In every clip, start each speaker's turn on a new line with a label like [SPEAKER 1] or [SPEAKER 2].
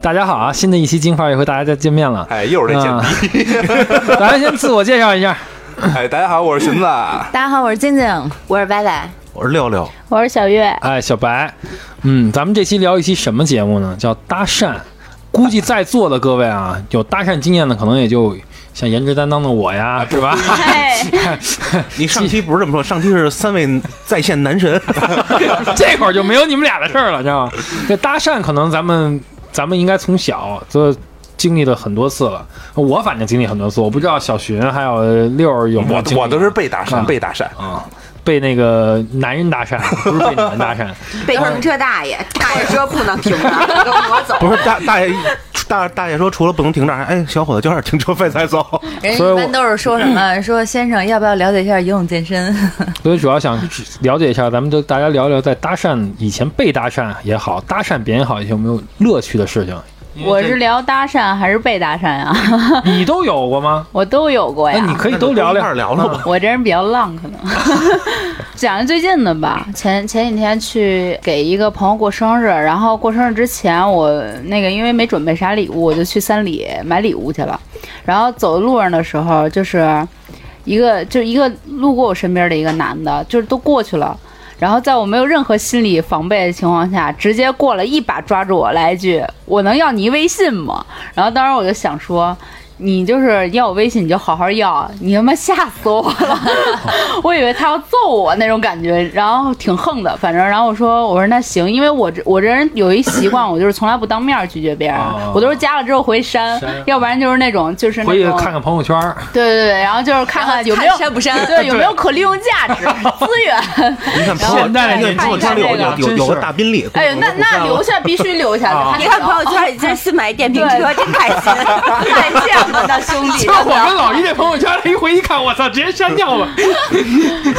[SPEAKER 1] 大家好啊！新的一期金块又和大家再见面了。
[SPEAKER 2] 哎，又是这
[SPEAKER 3] 嗯
[SPEAKER 2] 贱逼！
[SPEAKER 1] 咱先自我介绍一下，
[SPEAKER 2] 哎，大家好，我是荀子。
[SPEAKER 4] 大家好，我是静静，我是白白，
[SPEAKER 2] 我是六六，
[SPEAKER 5] 我是小月。
[SPEAKER 1] 哎，小白，嗯，咱们这期聊一期什么节目呢？叫搭讪。估计在座的各位啊， 有搭讪经验的，可能也就像颜值担当的我呀，是吧？
[SPEAKER 5] 哎，
[SPEAKER 3] 你上期不是这么说，上期是三位在线男神，
[SPEAKER 1] 这会儿就没有你们俩的事儿了，知道吗？这搭讪可能咱们咱们应该从小就经历了很多次了，我反正经历很多次，我不知道小寻还有六儿有没 有经历
[SPEAKER 2] 我
[SPEAKER 1] 过
[SPEAKER 2] 我都是被
[SPEAKER 3] 嗯
[SPEAKER 2] 搭
[SPEAKER 1] 啊
[SPEAKER 2] 讪，被搭讪。
[SPEAKER 1] 啊、被那个男人搭讪，不是被女人搭讪。
[SPEAKER 4] 被停车大爷，大爷说不能停 的，给我走。
[SPEAKER 3] 不是大大爷大大爷说除了不能停这儿，哎，小伙子交点停车费才走。
[SPEAKER 4] 人
[SPEAKER 1] 所以
[SPEAKER 4] 一
[SPEAKER 1] 我
[SPEAKER 4] 般都是说什么？说先生要不要了解一下游泳健身？
[SPEAKER 1] 所以主要想了解一下，咱们就大家聊聊在搭讪以前被搭讪也好，搭讪别人也好，有没有乐趣的事 情？
[SPEAKER 5] 我是聊搭讪还是被搭讪啊？
[SPEAKER 1] 你都有过 吗？
[SPEAKER 5] 我都有过
[SPEAKER 1] 那
[SPEAKER 5] 呀。
[SPEAKER 1] 你 可以都聊嗯聊。
[SPEAKER 3] 那就一块儿聊聊吧。
[SPEAKER 5] 我这人比较浪，可能讲一最近的吧。前前几天去给一个朋友过生日，然后过生日之前，我那个因为没准备啥礼物，我就去三里买礼物去了。然后走路上的时候，就是一个就一个路过我身边的一个男的，就是都过去了。然后在我没有任何心理防备的情况下，直接过来一把抓住我，来一句：“我能要你微信吗？”然后当时我就想说，你就是要我微信，你就好好要，你他妈吓死我了！我以为他要揍我那种感觉，然后挺横的，反正，然后我说我说那行，因为我这我这人有一习惯，我就是从来不当面拒绝别人，
[SPEAKER 1] 哦
[SPEAKER 5] 我都是加了之后回删
[SPEAKER 1] 删，
[SPEAKER 5] 要不然就是那种就是
[SPEAKER 1] 回
[SPEAKER 5] 那
[SPEAKER 1] 去
[SPEAKER 5] 种
[SPEAKER 1] 看看朋友圈儿，
[SPEAKER 5] 对对对，然后就是看看有没有
[SPEAKER 4] 看删不删
[SPEAKER 5] 对有没有可利用价值资源。
[SPEAKER 3] 你看
[SPEAKER 5] 然后
[SPEAKER 3] 朋友，
[SPEAKER 1] 现在
[SPEAKER 3] 你看朋友圈里有有有有个大宾利，
[SPEAKER 5] 哎，那那留下必须留 下
[SPEAKER 1] 啊，
[SPEAKER 5] 还得
[SPEAKER 6] 你看朋友圈，你这新买电瓶车，真开心。
[SPEAKER 5] 太羡慕那兄弟，
[SPEAKER 1] 就我跟老一这朋友圈儿一哎回一看，我操，直接删掉了。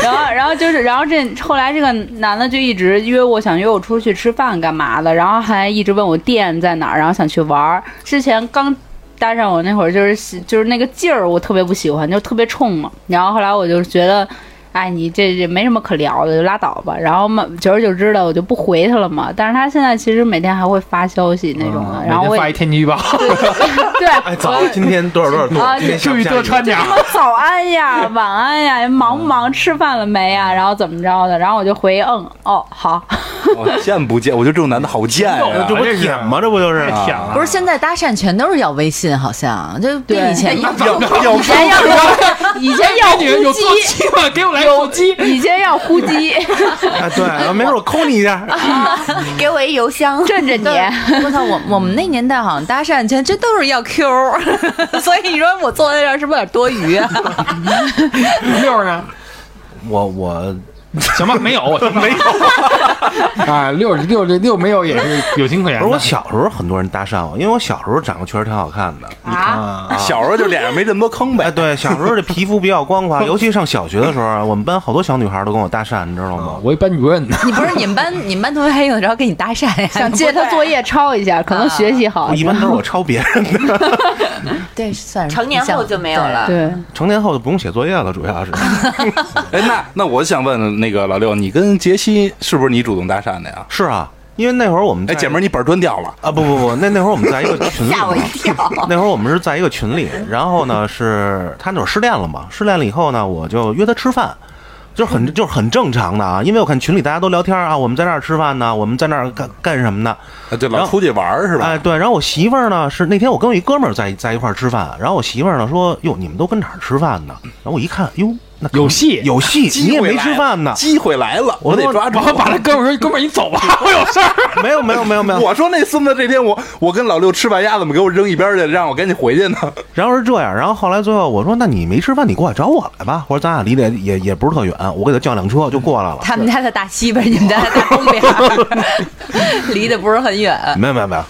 [SPEAKER 5] 然后，然后就是，然后这后来这个男的就一直约我，想约我出去吃饭干嘛的，然后还一直问我店在哪儿，然后想去玩儿。之前刚搭上我那会儿，就是喜就是那个劲儿，我特别不喜欢，就特别冲嘛。然后后来我就觉得，哎，你这这没什么可聊的，就拉倒吧。然后嘛，久而久之的，我就不回他了嘛。但是他现在其实每天还会发消息那种啊的，然
[SPEAKER 1] 嗯
[SPEAKER 5] 后
[SPEAKER 1] 每
[SPEAKER 5] 我
[SPEAKER 1] 天发一
[SPEAKER 5] 也
[SPEAKER 1] 天 气预报，
[SPEAKER 5] 对，
[SPEAKER 3] 哎，早今天 多少多少度
[SPEAKER 5] 啊，
[SPEAKER 3] 今天下
[SPEAKER 1] 注
[SPEAKER 3] 不
[SPEAKER 1] 意
[SPEAKER 3] 下
[SPEAKER 1] 多
[SPEAKER 3] 雨
[SPEAKER 1] 穿点儿。
[SPEAKER 5] 早安 呀，晚安呀，忙不忙？吃饭了没呀？然后怎么着的？然后我就回嗯哦 好，
[SPEAKER 2] 我贱哦不贱？我觉得这种男的好贱呀！
[SPEAKER 3] 啊这不
[SPEAKER 1] 这是
[SPEAKER 3] 舔吗？这不就是
[SPEAKER 1] 太舔了
[SPEAKER 4] 不是，现在搭讪全都是要微信，好像就比
[SPEAKER 5] 对
[SPEAKER 4] 以前要
[SPEAKER 2] 要要
[SPEAKER 5] 以前要哎 以前要
[SPEAKER 1] 美女有
[SPEAKER 5] 呼
[SPEAKER 1] 座机吗？给我来座机。
[SPEAKER 5] 机，以前要呼 机，
[SPEAKER 3] 哎，对，没准我抠你一下，
[SPEAKER 6] 给我一邮 箱，
[SPEAKER 5] 震震你。
[SPEAKER 4] 对我操，我我们那年代好像搭讪全真都是要 Q，所 以你说我坐在这儿是不是有点多余啊？
[SPEAKER 1] 六儿呢？
[SPEAKER 3] 我我
[SPEAKER 1] 行吧，没有， 我没有。 啊，六六这六没有也是有啊情可原
[SPEAKER 3] 不
[SPEAKER 1] 的。
[SPEAKER 3] 是我小时候很多人搭讪我，因为我小时候长得确实挺好看的。
[SPEAKER 5] 啊，
[SPEAKER 1] 啊，
[SPEAKER 2] 小时候就脸上没这么多坑
[SPEAKER 3] 哎，
[SPEAKER 2] 呗。
[SPEAKER 3] 对，小时候这皮肤比较光滑，尤其上小学的时候，啊我们班好多小女孩都跟我搭讪，你知道
[SPEAKER 6] 哦
[SPEAKER 3] 吗？
[SPEAKER 1] 我一班主任呢。
[SPEAKER 4] 你不是你们班你们班同学还有然后给你搭讪呀？
[SPEAKER 5] 想借他作业抄一下，可能学习好
[SPEAKER 3] 我。一般都是
[SPEAKER 6] 哦
[SPEAKER 3] 我抄别人的，
[SPEAKER 4] 对，算是
[SPEAKER 6] 成年后就没有了。
[SPEAKER 5] 对，
[SPEAKER 3] 成年后就不用写作业了，主要是。
[SPEAKER 2] 哎，那那我想问那个老六，你跟杰西是不是你主动搭讪的呀？
[SPEAKER 3] 是啊，因为那会儿我们在
[SPEAKER 2] 哎，姐们儿，你板砖掉了。
[SPEAKER 3] 啊，不不不，那那会儿我们在一个群里，
[SPEAKER 6] 吓我 一跳
[SPEAKER 3] 那会儿我们是在一个群里，然后呢是他那会儿失恋了嘛，失恋了以后呢，我就约他吃饭。就是很就是很正常的啊，因为我看群里大家都聊天啊，我们在那儿吃饭呢，我们在那儿干干什么呢？
[SPEAKER 2] 啊对，
[SPEAKER 3] 然
[SPEAKER 2] 老
[SPEAKER 3] 后
[SPEAKER 2] 出去玩儿是吧？
[SPEAKER 3] 哎，对，然后我媳妇儿呢是那天我跟我一哥们儿在在一块儿吃饭，然后我媳妇儿呢说：“哟，你们都跟哪儿吃饭呢？”然后我一看，哟，那可 能
[SPEAKER 1] 有戏
[SPEAKER 3] 有戏，
[SPEAKER 2] 机
[SPEAKER 3] 你也
[SPEAKER 2] 会
[SPEAKER 3] 没
[SPEAKER 2] 来
[SPEAKER 3] 吃
[SPEAKER 2] 了？
[SPEAKER 3] 饭呢
[SPEAKER 2] 机会来了，
[SPEAKER 3] 我
[SPEAKER 2] 我得
[SPEAKER 3] 说
[SPEAKER 2] 抓住
[SPEAKER 1] 然。后把那哥们儿说：“哥们儿，你走吧，我有事儿。
[SPEAKER 3] 没有没有没有没有。
[SPEAKER 2] 我说那孙子这天我我跟老六吃完鸭子，怎么给我扔一边儿去，让我赶紧回去呢？
[SPEAKER 3] 然后是这样，然后后来最后我说：“那你没吃饭，你过来找我来吧。”我说：“咱俩离得也也不是特远，我给他叫辆车就过来了。
[SPEAKER 4] 他们家在大西边，你们家在大东边， 离得不是很远。”
[SPEAKER 3] 没有没有没有，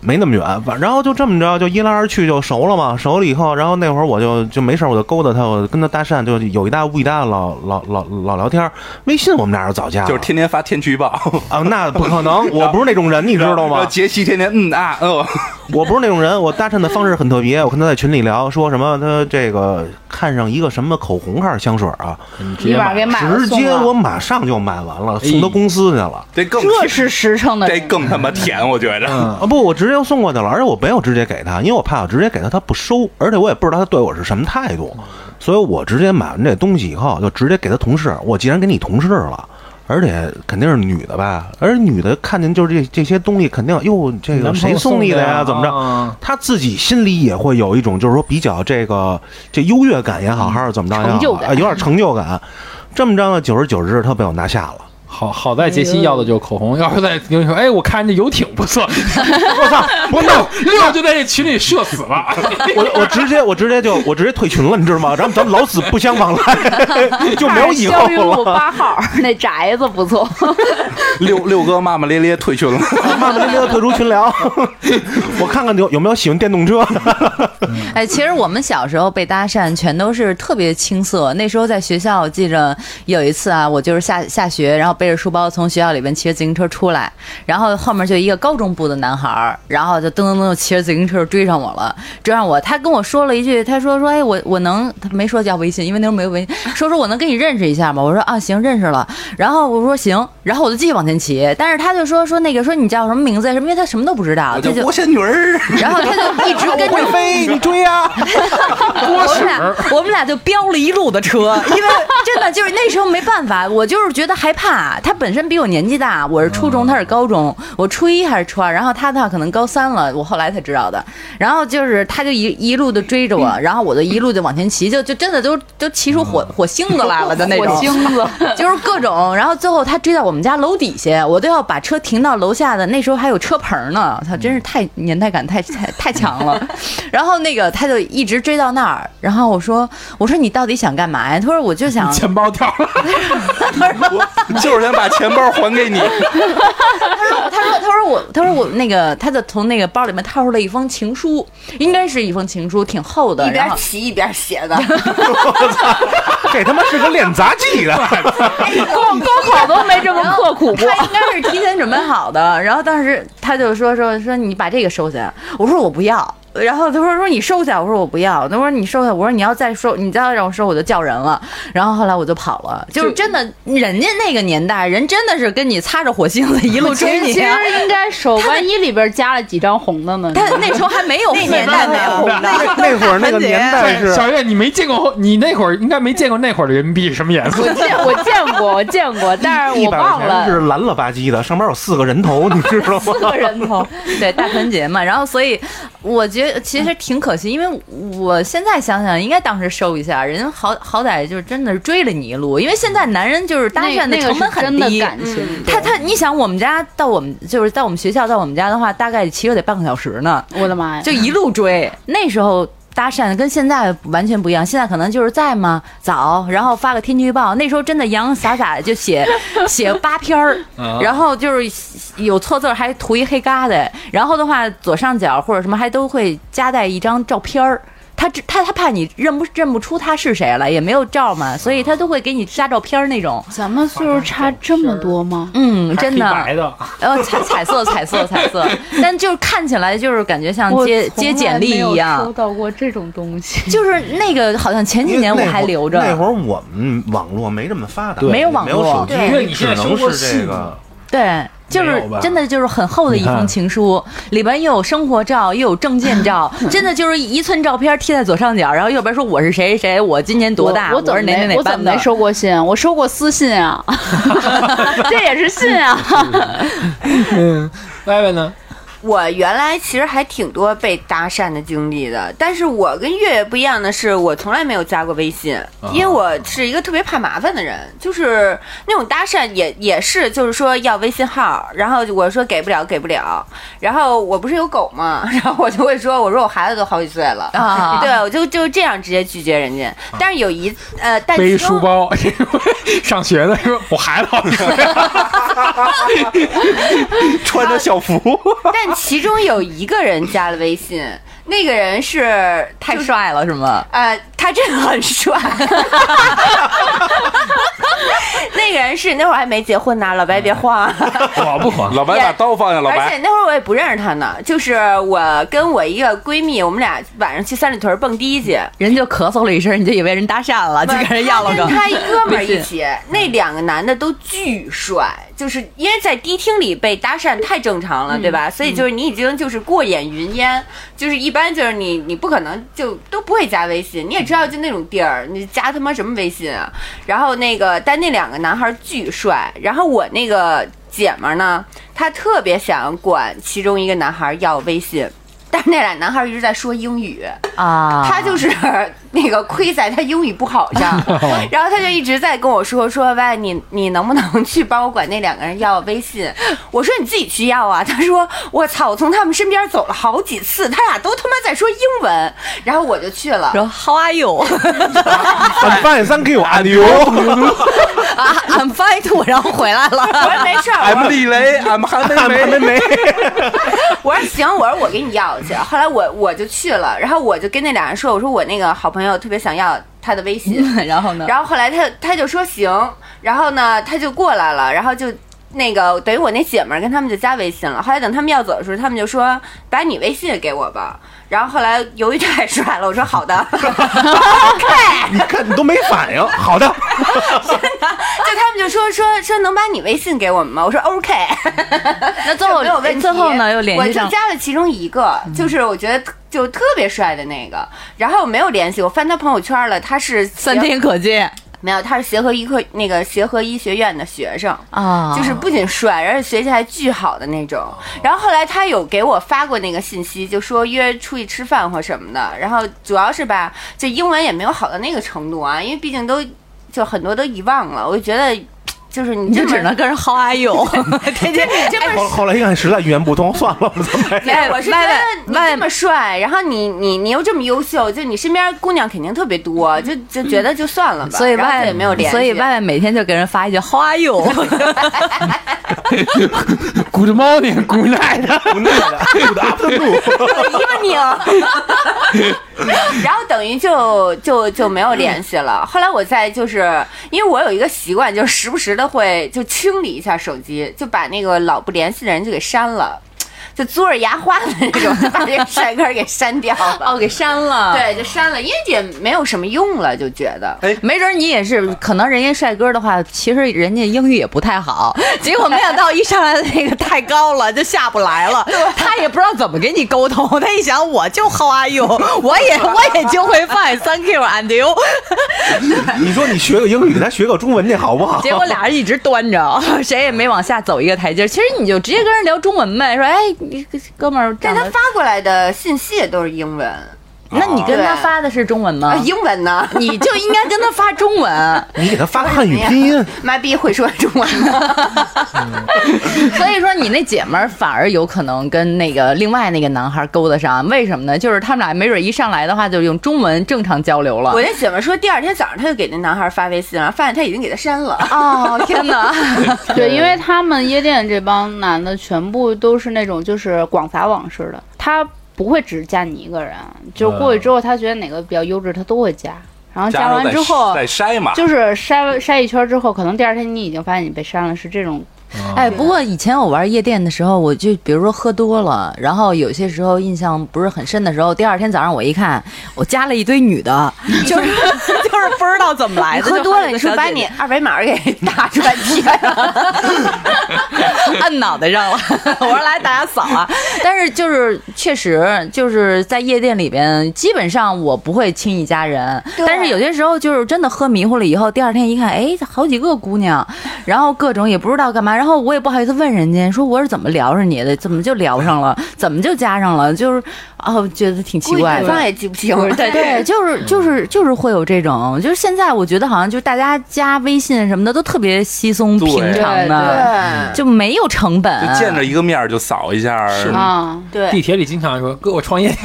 [SPEAKER 3] 没那么远。反然后就这么着，就一来二去就熟了嘛。熟了以后，然后那会儿我就就没事儿，我就勾搭他，我跟他搭讪，就有一搭无一搭地老老老老聊天儿。微信我们俩就早加了，
[SPEAKER 2] 就是天天发天气预报，
[SPEAKER 3] 啊，那不可能，我不是那种人，你知道
[SPEAKER 2] 然后
[SPEAKER 3] 吗？
[SPEAKER 2] 杰西天天嗯啊哦，
[SPEAKER 3] 我不是那种人，我搭讪的方式很特别。我跟他在群里聊，说什么他这个看上一个什么口红还是香水啊，
[SPEAKER 1] 你直
[SPEAKER 5] 一
[SPEAKER 1] 接
[SPEAKER 5] 把给
[SPEAKER 1] 买。
[SPEAKER 5] 买了
[SPEAKER 3] 直
[SPEAKER 5] 送
[SPEAKER 3] 接
[SPEAKER 5] 了
[SPEAKER 3] 我马上就买完了，送到公司去了。
[SPEAKER 2] 这更
[SPEAKER 5] 这是实诚的
[SPEAKER 2] 这
[SPEAKER 5] 人，
[SPEAKER 2] 更他妈甜，我觉着。
[SPEAKER 1] 嗯，
[SPEAKER 3] 啊不，我直接送过去了，而且我没有直接给他，因为我怕我直接给他他不收，而且我也不知道他对我是什么态度，所以我直接买完这东西以后就直接给他同事。我既然给你同事了，而且肯定是女的吧，而女的看见就是这这些东西，肯定哟这个
[SPEAKER 1] 男朋
[SPEAKER 3] 谁
[SPEAKER 1] 友
[SPEAKER 3] 送你的
[SPEAKER 1] 的
[SPEAKER 3] 呀？怎啊么着？
[SPEAKER 1] 着？
[SPEAKER 3] 他自己心里也会有一种，就是说比较这个这优越感也好，还是怎么着也好，
[SPEAKER 5] 成就感
[SPEAKER 3] 啊有点成就感。这么着呢，久而久之，他被我拿下了。
[SPEAKER 1] 好好在杰西要的就是口红，要是在有人说，哎，我看这游艇不错，
[SPEAKER 3] 我操！我那
[SPEAKER 1] 六就在这群里射死了。
[SPEAKER 3] 我我直接我直接就我直接退群了，你知道吗？然后咱们老死不相往来，就没有以
[SPEAKER 5] 肖云
[SPEAKER 3] 后
[SPEAKER 5] 路
[SPEAKER 3] 了。
[SPEAKER 5] 八号那宅子不错，
[SPEAKER 2] 六六哥骂骂咧咧退群了，
[SPEAKER 3] 慢慢的的退出群聊，我看看有有没有喜欢电动车的。
[SPEAKER 4] 哎，其实我们小时候被搭讪全都是特别青涩。那时候在学校，我记着有一次啊，我就是下下学，然后背着书包从学校里边骑着自行车出来，然后后面就一个高中部的男孩儿，然后就噔噔噔就骑着自行车追上我了，追上我，他跟我说了一句，他说说哎我我能，他没说加微信，因为那时候没有微信，说说我能跟你认识一下吗？我说啊行，认识了。然后我说行，然后我就继续往前骑，但是他就说说那个说你叫什么名字呀？什么？因为他什么都不知道，
[SPEAKER 2] 我
[SPEAKER 4] 他
[SPEAKER 2] 叫
[SPEAKER 4] 啊就
[SPEAKER 2] 郭仙女儿，
[SPEAKER 4] 然后他就一直 跟着
[SPEAKER 3] 会飞，你追啊呀、
[SPEAKER 4] 我们俩我们俩就飙了一路的车，因 为真的就是那时候没办法，我就是觉得害怕。他本身比我年纪大，我是初
[SPEAKER 5] 嗯
[SPEAKER 4] 中，他是高中，我初一还是初二，然后他呢可能高三了，我后来才知道的。然后就是他就一一路的追着我，然后我就一路就往前骑，就就真的都都骑出火火星子来了的那种。
[SPEAKER 5] 嗯火星子。
[SPEAKER 4] 就是各种，然后最后他追到我们家楼底下，我都要把车停到楼下的。那时候还有车棚呢，操，真是太年代感太太太强了。然后那个他就一直追到那儿，然后我说我说你到底想干嘛呀？他说我就想，
[SPEAKER 1] 钱包掉了，
[SPEAKER 2] 就是想把钱包还 给你。
[SPEAKER 4] 他说他说我他说我那个他就从那个包里面掏出了一封情书，应该是一封情书，挺厚的，
[SPEAKER 6] 一
[SPEAKER 4] 然
[SPEAKER 6] 边
[SPEAKER 4] 后
[SPEAKER 6] 骑一边写的，
[SPEAKER 3] 这他妈是个练杂技的，
[SPEAKER 5] 高高考都没这么刻苦过。
[SPEAKER 4] 他应该是提前准备好的。然后当时他就说说说你把这个收下，我说我不要。然后他说说你收下，我说我不要。他说你收下，我说你要再收，你再让我收我就叫人了。然后后来我就跑了，就是真的，人家那个年代人真的是跟你擦着火星子一路
[SPEAKER 5] 其实
[SPEAKER 4] 追你
[SPEAKER 5] 其实
[SPEAKER 4] 啊。
[SPEAKER 5] 应该手万一里边加了几张红的呢？
[SPEAKER 4] 但那时候还没有那
[SPEAKER 6] 年代没有红的
[SPEAKER 3] 那那会儿那个年代是
[SPEAKER 1] 小月，你没见过，你那会儿应该没见过那会儿的人民币什么颜色
[SPEAKER 5] 我见我见过，我见过，但是
[SPEAKER 3] 一
[SPEAKER 5] 我
[SPEAKER 3] 百
[SPEAKER 5] 忘
[SPEAKER 3] 块钱
[SPEAKER 5] 了
[SPEAKER 3] 是蓝了吧唧的，上面有四个人头，你知道吗？
[SPEAKER 5] 四个 人头。
[SPEAKER 4] 对大团结嘛，然后所以我觉得其实挺可惜，因为我现在想想，应该当时收一下，人好好歹就是真的是追了你一路，因为现在男人就是搭
[SPEAKER 5] 那
[SPEAKER 4] 讪
[SPEAKER 5] 那个
[SPEAKER 4] 成
[SPEAKER 5] 是
[SPEAKER 4] 本很
[SPEAKER 5] 真的
[SPEAKER 4] 低。
[SPEAKER 5] 感情，
[SPEAKER 4] 他他，你想我们家到我们就是在我们学校到我们家的话，大概骑车得半个小时呢，
[SPEAKER 5] 我的 妈呀！
[SPEAKER 4] 就一路追。那时候搭讪跟现在完全不一样，现在可能就是在吗早，然后发个天气预报。那时候真的洋洋洒洒就写 写八篇儿，
[SPEAKER 1] 啊
[SPEAKER 4] 然后就是有错字儿还涂一黑疙瘩，然后的话左上角或者什么还都会夹带一张照片儿。他只他他怕你认不认不出他是谁了，也没有照嘛，所以他都会给你加照片儿那种。
[SPEAKER 5] 咱们岁数差这么多吗？
[SPEAKER 4] 嗯，真的。
[SPEAKER 1] 还黑白的，
[SPEAKER 4] 呃，彩彩色，彩色，彩色，但就是看起来就是感觉像
[SPEAKER 5] 我
[SPEAKER 4] 接
[SPEAKER 5] 从
[SPEAKER 4] 接
[SPEAKER 5] 来
[SPEAKER 4] 简历
[SPEAKER 5] 没有
[SPEAKER 4] 一
[SPEAKER 5] 收
[SPEAKER 4] 样，
[SPEAKER 5] 到过这种东西。
[SPEAKER 4] 就是那个好像前几年我还留着，
[SPEAKER 3] 那会儿我们网络没这么发达，
[SPEAKER 1] 对
[SPEAKER 4] 没有网
[SPEAKER 3] 没有手
[SPEAKER 4] 络
[SPEAKER 3] 机，
[SPEAKER 6] 对
[SPEAKER 1] 因为你
[SPEAKER 3] 只
[SPEAKER 1] 现在生
[SPEAKER 3] 能
[SPEAKER 1] 活
[SPEAKER 3] 是这
[SPEAKER 1] 细
[SPEAKER 3] 个
[SPEAKER 1] 嘛。
[SPEAKER 4] 对，就是
[SPEAKER 1] 没有吧
[SPEAKER 4] 真的就是很厚的一
[SPEAKER 1] 你
[SPEAKER 4] 封
[SPEAKER 1] 看
[SPEAKER 4] 情书，里边又有生活照，又有证件照，真的就是一寸照片贴在左上角，然后右边说我是谁谁谁，我今年 多大，
[SPEAKER 5] 我
[SPEAKER 4] 我
[SPEAKER 5] 我怎么
[SPEAKER 4] 是哪
[SPEAKER 5] 没
[SPEAKER 4] 哪哪
[SPEAKER 5] 我怎
[SPEAKER 4] 班
[SPEAKER 5] 么
[SPEAKER 4] 的
[SPEAKER 5] 没。收过信？我收过私信啊，这也是信啊。
[SPEAKER 1] 嗯，歪歪呢？
[SPEAKER 6] 我原来其实还挺多被搭讪的经历的，但是我跟月月不一样的是，我从来没有加过微信，
[SPEAKER 1] 啊
[SPEAKER 6] 因为我是一个特别怕麻烦的人，就是那种搭讪也也是，就是说要微信号，然后我说给不了，给不了，然后我不是有狗嘛， 然后我就会说，我说我孩子都好几岁了，
[SPEAKER 4] 啊
[SPEAKER 6] 对，我就就这样直接拒绝人家。但是有一呃，但
[SPEAKER 1] 啊背
[SPEAKER 6] 其
[SPEAKER 1] 书
[SPEAKER 6] 中
[SPEAKER 1] 包，上学的说，我孩子好几岁，
[SPEAKER 2] 穿着校服，
[SPEAKER 6] 但其中有一个人加了微信，那个人是
[SPEAKER 4] 太帅了是吗？
[SPEAKER 6] 呃，他真的很帅。那个人是那会儿还没结婚呢，老白别慌啊。
[SPEAKER 1] 我不慌，
[SPEAKER 2] 老白把刀放下，老
[SPEAKER 6] 而
[SPEAKER 2] 白
[SPEAKER 6] 且那会儿我也不认识他呢，就是我跟我一个闺蜜，我们俩晚上去三里屯蹦迪去，
[SPEAKER 4] 人就咳嗽了一声，你就以为人搭讪了，就给人要了
[SPEAKER 6] 跟
[SPEAKER 4] 个。
[SPEAKER 6] 他一哥们儿一起，那两个男的都巨帅，就是因为在迪厅里被搭讪太正常
[SPEAKER 4] 嗯
[SPEAKER 6] 了，对吧？所以就是你已经就是过眼云烟，就是一般就是你你不可能就都不会加微信，你也知道就那种地儿，你加他妈什么微信啊？然后那个但那两个男孩巨帅，然后我那个姐们儿呢，她特别想管其中一个男孩要微信。但是那俩男孩一直在说英语，
[SPEAKER 4] 啊，
[SPEAKER 6] 他就是那个亏在他英语不好上，然后他就一直在跟我说说喂，你你能不能去帮我管那两个人要微信？我说你自己去要啊。他说我操，我从他们身边走了好几次，他俩都他妈在说英文，然后我就去 了。
[SPEAKER 4] 说啊 How are you?
[SPEAKER 3] 很半三 Q 啊 牛，
[SPEAKER 4] 啊 I'm fine too，然后回来了。
[SPEAKER 6] 我说没事儿，我
[SPEAKER 2] ，M 李雷，M 韩梅梅梅梅，
[SPEAKER 6] 我说行，我说我给你要去。后来我我就去了，然后我就跟那俩人说，我说我那个好朋友特别想要他的微信，
[SPEAKER 4] 然后呢？
[SPEAKER 6] 然后后来他他就说行，然后呢他就过来了，然后就那个等于我那姐们儿跟他们就加微信了。后来等他们要走的时候，他们就说把你微信给我吧。然后后来由于太帅了，我说 好的，OK。
[SPEAKER 3] 你看你都没反应。好的，
[SPEAKER 6] 就他们就说说说能把你微信给我们吗？我说 OK。
[SPEAKER 4] 那最后
[SPEAKER 6] 没有问题。
[SPEAKER 4] 最后呢？又联
[SPEAKER 6] 我
[SPEAKER 4] 系
[SPEAKER 6] 就
[SPEAKER 4] 上。嗯
[SPEAKER 6] 加了其中一个，就是我觉得特就特别帅的那个，然后我没有联系，我翻他朋友圈了，他是
[SPEAKER 4] 三
[SPEAKER 6] 协
[SPEAKER 4] 天可见
[SPEAKER 6] 没有，他是协和医科那个协和医学院的学生。
[SPEAKER 4] 啊
[SPEAKER 6] 就是不仅帅，而且学习还巨好的那种。然后后来他有给我发过那个信息，就说约出去吃饭或什么的。然后主要是吧，这英文也没有好到那个程度啊，因为毕竟都就很多都遗忘了。我就觉得，就是你
[SPEAKER 4] 你就
[SPEAKER 6] 这么
[SPEAKER 4] 只能跟人 How are you？天 天
[SPEAKER 6] 你这么
[SPEAKER 3] 后后来一看实在语言不通，算了，我们
[SPEAKER 6] 没有，我是觉
[SPEAKER 4] 外
[SPEAKER 6] 得
[SPEAKER 4] 外
[SPEAKER 6] 你
[SPEAKER 4] 外
[SPEAKER 6] 这么帅，然后你你你又这么优秀，就你身边姑娘肯定特别多，就就觉得就算了吧。
[SPEAKER 4] 所以
[SPEAKER 6] 然后
[SPEAKER 4] 外
[SPEAKER 6] 也没有联系，
[SPEAKER 4] 所以外每天就给人发一句 How are you？
[SPEAKER 1] ，Good morning，Good night，
[SPEAKER 3] 不那 个不打不住。
[SPEAKER 6] 你，哦 然后等于就就就没有联系了。后来我在就是因为我有一个习惯，就是时不时的会就清理一下手机，就把那个老不联系的人就给删了，就嘬着牙花的那种，就把这个帅哥哦给删掉了。
[SPEAKER 4] 给删了。
[SPEAKER 6] 对，就删了，因为也没有什么用了，就觉得。
[SPEAKER 4] 没准你也是，可能人家帅哥的话，其实人家英语也不太好，结果没想到一上来那个太高了，就下不来了。他也不知道怎么跟你沟通，他一想我就 How are you，我也我也就会 Fine，Thank you and you。
[SPEAKER 3] 你说你学个英语，咱学个中文去好不好？
[SPEAKER 4] 结果俩人一直端着， 谁也没往下走一个台阶。其实你就直接跟人聊中文呗，说哎，你哥们儿
[SPEAKER 6] 但
[SPEAKER 4] 长
[SPEAKER 6] 他
[SPEAKER 4] 得，
[SPEAKER 6] 发过来的信息也都是英文，
[SPEAKER 4] 那你跟他
[SPEAKER 6] 对
[SPEAKER 4] 发的是中文
[SPEAKER 6] 啊，
[SPEAKER 4] 吗？
[SPEAKER 6] 英文呢？
[SPEAKER 4] 你就应该跟他发 中文。
[SPEAKER 3] 你给他发汉语拼音，
[SPEAKER 6] 妈逼会说中文吗？
[SPEAKER 4] 所以说，你那姐们儿反而有可能跟那个另外那个男孩勾搭上，为什么呢？就是他们俩没准一上来的话，就用中文正常交流了
[SPEAKER 6] 我。那姐们儿说，第二天早上她就给那男孩发微信了，发现他已经给他删 了。
[SPEAKER 4] 哦，天哪！
[SPEAKER 5] 对，因为他们夜店这帮男的全部都是那种就是广撒网式的，他不会只加你一个人，就过去之后他觉得哪个比较优质，他都会加，然后加完之后
[SPEAKER 2] 再筛嘛，
[SPEAKER 5] 就是筛筛一圈之后，可能第二天你已经发现你被删了，是这种
[SPEAKER 4] 哎，不过以前我玩夜店的时候，我就比如说喝多了，然后有些时候印象不是很深的时候，第二天早上我一看，我加了一堆女的，就 是就是不知道怎么来的，
[SPEAKER 6] 喝
[SPEAKER 4] 就
[SPEAKER 6] 多
[SPEAKER 4] 好
[SPEAKER 6] 了，
[SPEAKER 4] 几
[SPEAKER 6] 你
[SPEAKER 4] 个
[SPEAKER 6] 说
[SPEAKER 4] 小
[SPEAKER 6] 把
[SPEAKER 4] 姐
[SPEAKER 6] 你二维码给打出 来贴了，
[SPEAKER 4] 按脑袋上了。我说来大家扫啊， 但是就是确实就是在夜店里边，基本上我不会轻易加人，
[SPEAKER 6] 对
[SPEAKER 4] 但是有些时候就是真的喝迷糊了以后，第二天一看，哎，好几个姑娘，然后各种也不知道干嘛，然后我也不好意思问人家，说我是怎么聊上你的，怎么就聊上了，怎么就加上了，就是哦，觉得挺奇怪
[SPEAKER 6] 对
[SPEAKER 4] 的。
[SPEAKER 6] 方也记不清了。
[SPEAKER 4] 对对，就是就是就是会有这种，就是现在我觉得好像就是大家加微信什么的都特别稀松
[SPEAKER 2] 对
[SPEAKER 4] 平常的，
[SPEAKER 6] 对
[SPEAKER 4] 就没有成本，
[SPEAKER 2] 就见着一个面儿就扫一下，
[SPEAKER 5] 啊。
[SPEAKER 1] 地
[SPEAKER 6] 对，
[SPEAKER 1] 铁里经常说哥我创 业，我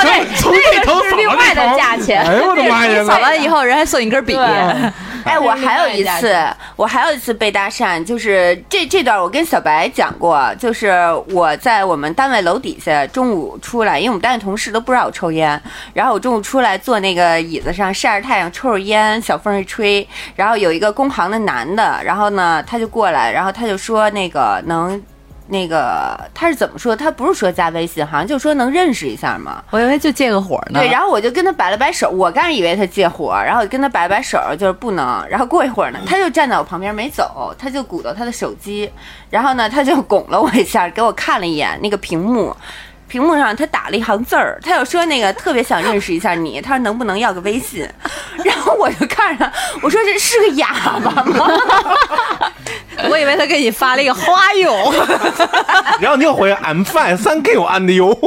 [SPEAKER 1] 从从这头
[SPEAKER 5] 是
[SPEAKER 1] 扫
[SPEAKER 5] 另
[SPEAKER 1] 到
[SPEAKER 5] 外
[SPEAKER 1] 那
[SPEAKER 5] 的
[SPEAKER 1] 头，
[SPEAKER 5] 价钱
[SPEAKER 1] 哎呦我的妈呀！
[SPEAKER 4] 扫完以后，人还送你根笔。
[SPEAKER 5] 对
[SPEAKER 6] 哎，我还有一
[SPEAKER 5] 另外一
[SPEAKER 6] 次
[SPEAKER 5] 家，
[SPEAKER 6] 我还有一次被搭讪，就是这这段我跟小白讲过，就是我在我们单位楼底下中午出来，因为我们单位同事都不知道我抽烟，然后我中午出来坐那个椅子上晒着太阳，抽着烟，小风一吹，然后有一个工行的男的，然后呢他就过来，然后他就说那个能。那个他是怎么说？他不是说加微信，好像就说能认识一下嘛。
[SPEAKER 4] 我以为就借个火呢。
[SPEAKER 6] 对，然后我就跟他摆了摆手，我刚以为他借火，然后我就跟他摆了摆手，就是不能。然后过一会儿呢，他就站在我旁边没走，他就鼓捣他的手机，然后呢，他就拱了我一下，给我看了一眼那个屏幕。屏幕上他打了一行字儿，他又说那个特别想认识一下你，他说能不能要个微信， 然后我就看着他，我说这是个哑巴吗？
[SPEAKER 4] 我以为他给你发了一个花友，
[SPEAKER 3] 然后你又回 I'm fine, thank you and you。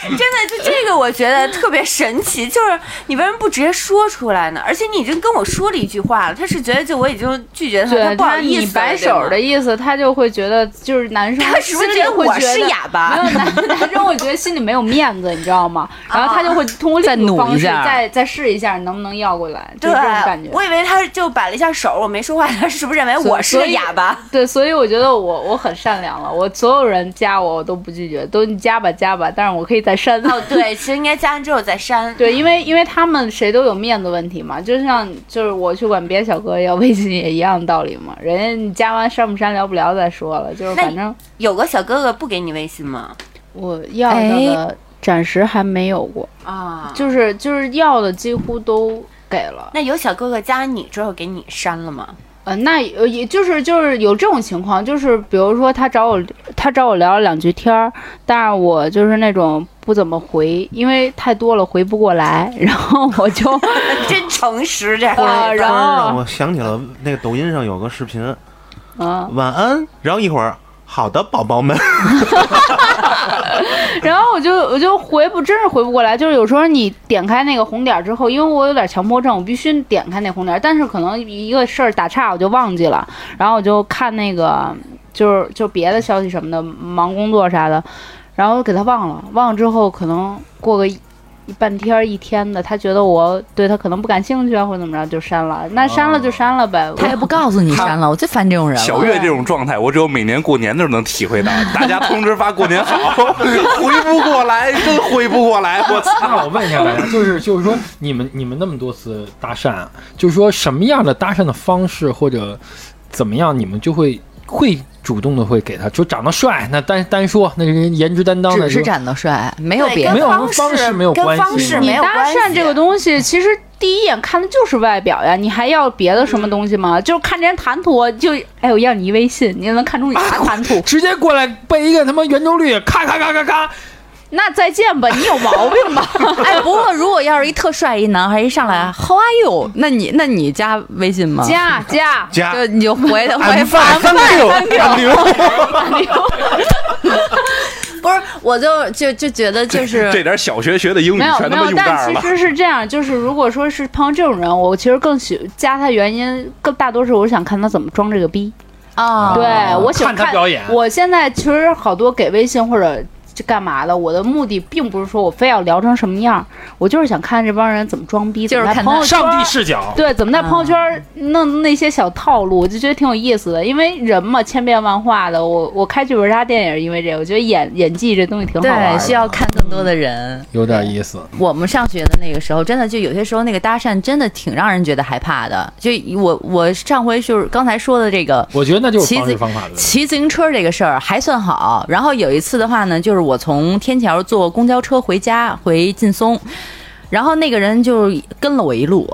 [SPEAKER 6] 真的，就这个我觉得特别神奇，就是你为什么不直接说出来呢？而且你已经跟我说了一句话了，他是觉得就我已经拒绝他，
[SPEAKER 5] 对
[SPEAKER 6] 他不好
[SPEAKER 5] 他
[SPEAKER 6] 意思了，
[SPEAKER 5] 你摆手的
[SPEAKER 6] 对吗。
[SPEAKER 5] 意思，他就会觉得就是男生
[SPEAKER 6] 他是不
[SPEAKER 5] 心
[SPEAKER 6] 是
[SPEAKER 5] 里
[SPEAKER 6] 觉得
[SPEAKER 5] 会
[SPEAKER 6] 我
[SPEAKER 5] 觉
[SPEAKER 6] 是
[SPEAKER 5] 得
[SPEAKER 6] 哑
[SPEAKER 5] 没
[SPEAKER 6] 巴
[SPEAKER 5] 有 男男生，我觉得心里没有面子，你知道吗？然后他就会
[SPEAKER 6] 啊
[SPEAKER 5] 通过
[SPEAKER 4] 再
[SPEAKER 5] 另一
[SPEAKER 4] 努
[SPEAKER 5] 种
[SPEAKER 4] 一
[SPEAKER 5] 方式
[SPEAKER 4] 下
[SPEAKER 5] 再再试一下能不能要过来，就是这种感觉
[SPEAKER 6] 对，。我以为他就摆了一下手，我没说话，他是不是认为我是
[SPEAKER 5] 所
[SPEAKER 6] 个
[SPEAKER 5] 以
[SPEAKER 6] 哑巴？
[SPEAKER 5] 对，所以我觉得我我很善良了，我所有人加我我都不拒绝，都你加吧加吧，但是我可以再删。
[SPEAKER 6] 哦，对，其实应该加完之后再删。
[SPEAKER 5] 对，因为因为他们谁都有面子问题嘛，就像就是我去管别的小哥要微信也一样的道理嘛，人家你加完删不删聊不聊再说了，就是
[SPEAKER 6] 那
[SPEAKER 5] 反正
[SPEAKER 6] 有个小哥哥不给你微信吗？
[SPEAKER 5] 我要的暂时还没有过，
[SPEAKER 6] 啊，
[SPEAKER 5] 就是就是要的几乎都给了，
[SPEAKER 6] 那有小哥哥加你之后给你删了 吗？
[SPEAKER 5] 呃，那呃也就是就是有这种情况，就是比如说他找我他找我聊了两句天儿，但是我就是那种不怎么回，因为太多了回不过来，然后我就
[SPEAKER 6] 真诚实，这
[SPEAKER 5] 呃，
[SPEAKER 4] 哦
[SPEAKER 5] 然
[SPEAKER 3] 让
[SPEAKER 5] 后
[SPEAKER 3] 我想起了那个抖音上有个视频，
[SPEAKER 5] 嗯，
[SPEAKER 3] 晚安，然后一会儿。好的，宝宝们，
[SPEAKER 5] 然后我就我就回不，真是回不过来。就是有时候你点开那个红点儿之后，因为我有点强迫症，我必须点开那红点儿。但是可能一个事儿打岔，我就忘记了，然后我就看那个就是就别的消息什么的，忙工作啥的，然后给他忘了。忘了之后，可能过个一半天儿一天的，他觉得我对他可能不感兴趣啊，或者怎么着，就删了。那删了就删了呗。
[SPEAKER 4] 他也不告诉你删了，我最烦这种人
[SPEAKER 2] 小
[SPEAKER 4] 了。
[SPEAKER 2] 月这种状态，我只有每年过年的时候能体会到。大家通知发过年好， 回不过来，真回不过来，我 操！
[SPEAKER 1] 那我问一下大家，就是就是说，你们你们那么多次搭讪，啊就是说什么样的搭讪的方式或者怎么样，你们就会会主动的会给他，就长得帅，那单单说那人颜值担当的
[SPEAKER 4] 只是
[SPEAKER 1] 就
[SPEAKER 4] 长得帅，没有
[SPEAKER 6] 对
[SPEAKER 4] 别
[SPEAKER 6] 跟
[SPEAKER 4] 的
[SPEAKER 1] 没。有
[SPEAKER 6] 方
[SPEAKER 1] 跟方式没有
[SPEAKER 6] 跟
[SPEAKER 1] 关
[SPEAKER 6] 方
[SPEAKER 1] 系
[SPEAKER 6] 式
[SPEAKER 5] 你
[SPEAKER 6] 没有
[SPEAKER 5] 搭
[SPEAKER 6] 关
[SPEAKER 5] 讪
[SPEAKER 6] 系啊
[SPEAKER 5] 这个东西，其实第一眼看的就是外表呀，你还要别的什么东西吗？就是看这人谈吐，就哎，我要你一微信，你就能看出你啥谈吐。
[SPEAKER 1] 直接过来背一个他妈圆周率，咔咔咔咔咔，
[SPEAKER 5] 那再见吧，你有毛病 吧？
[SPEAKER 4] 哎，不过如果要是一特帅一男孩一上 来 How are you？那你那你加微信
[SPEAKER 2] 啊
[SPEAKER 4] 吗？
[SPEAKER 5] 加 加，
[SPEAKER 3] 加
[SPEAKER 4] 就你就回他
[SPEAKER 3] I'm
[SPEAKER 4] 回
[SPEAKER 3] fine, thank you and you。
[SPEAKER 4] 不是，我就就就觉得就是
[SPEAKER 2] 这点小学学的英语
[SPEAKER 5] 没有
[SPEAKER 2] 全
[SPEAKER 5] 没
[SPEAKER 2] 他妈
[SPEAKER 5] 有
[SPEAKER 2] 用，这儿
[SPEAKER 5] 但
[SPEAKER 2] 了
[SPEAKER 5] 其。实是这样，就是如果说是碰上这种人，我其实更喜加他原因更大多是我想看他怎么装这个逼。
[SPEAKER 4] 啊，
[SPEAKER 5] 对我喜欢
[SPEAKER 1] 看他表演
[SPEAKER 5] 我现在其实好多给微信或者就干嘛的，我的目的并不是说我非要聊成什么样，我就是想看这帮人怎么装逼，
[SPEAKER 4] 就是
[SPEAKER 5] 怎么在
[SPEAKER 4] 看
[SPEAKER 5] 朋友
[SPEAKER 4] 他
[SPEAKER 5] 圈
[SPEAKER 1] 上帝视角。
[SPEAKER 5] 对，怎么在朋友
[SPEAKER 1] 啊
[SPEAKER 5] 圈弄那些小套路，我就觉得挺有意思的。因为人嘛，千变万化的。我我开剧本杀电影是因为这个，我觉得演演技这东西挺好玩
[SPEAKER 4] 对，
[SPEAKER 5] 的。
[SPEAKER 4] 需要看更多的人。
[SPEAKER 1] 有点意思，
[SPEAKER 4] 我们上学的那个时候，真的就有些时候那个搭讪真的挺让人觉得害怕的。就我我上回就是刚才说的这个，
[SPEAKER 1] 我觉得那就是
[SPEAKER 4] 其
[SPEAKER 1] 方式
[SPEAKER 4] 实
[SPEAKER 1] 方法的问题。
[SPEAKER 4] 骑自行车这个事儿还算好。然后有一次的话呢，就是我从天桥坐公交车回家，回劲松，然后那个人就跟了我一路。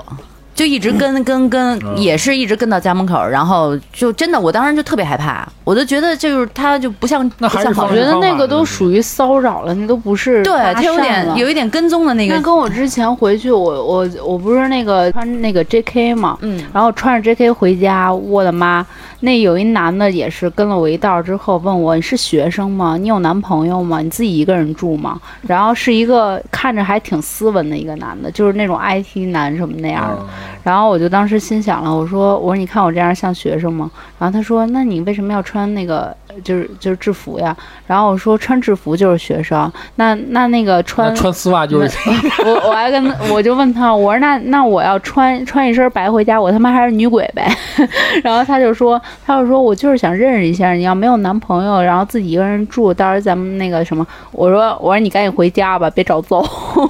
[SPEAKER 4] 就一直跟跟跟，
[SPEAKER 1] 嗯
[SPEAKER 4] 也是一直跟到家门口，然后就真的，我当时就特别害怕，我就觉得就是他就不像
[SPEAKER 1] 那
[SPEAKER 4] 不
[SPEAKER 1] 还是
[SPEAKER 4] 像好
[SPEAKER 1] 方
[SPEAKER 5] 我
[SPEAKER 4] 人，
[SPEAKER 5] 觉得那个都属于骚扰了，那都不是
[SPEAKER 4] 对
[SPEAKER 5] 搭
[SPEAKER 4] 他有
[SPEAKER 5] 讪
[SPEAKER 4] 点
[SPEAKER 5] 了
[SPEAKER 4] 有一点跟踪的那个
[SPEAKER 5] 那跟我之前回去，我我我不是那个穿那个 J.K. 嘛，
[SPEAKER 4] 嗯
[SPEAKER 5] 然后穿着 J.K. 回家，我的妈！那有一男的也是跟了我一道儿之后问我：“你是学生吗？你有男朋友吗？你自己一个人住吗？”
[SPEAKER 1] 嗯
[SPEAKER 5] 然后是一个看着还挺斯文的一个男的，就是那种 IT 男什么那样的。
[SPEAKER 1] 嗯
[SPEAKER 5] 然后我就当时心想了，我说我说你看我这样像学生吗？然后他说那你为什么要穿那个呃就是就是制服呀？然后我说穿制服就是学生，那那那个
[SPEAKER 1] 那
[SPEAKER 5] 穿
[SPEAKER 1] 穿丝袜就是
[SPEAKER 5] 我我还跟他我就问他，我说那那我要穿穿一身白回家，我他妈还是女鬼呗？ 然后他就说，他就说我就是想认识一下，你要没有男朋友，然后自己一个人住，到时候咱们那个什么，我说我说你赶紧回家吧，别找揍。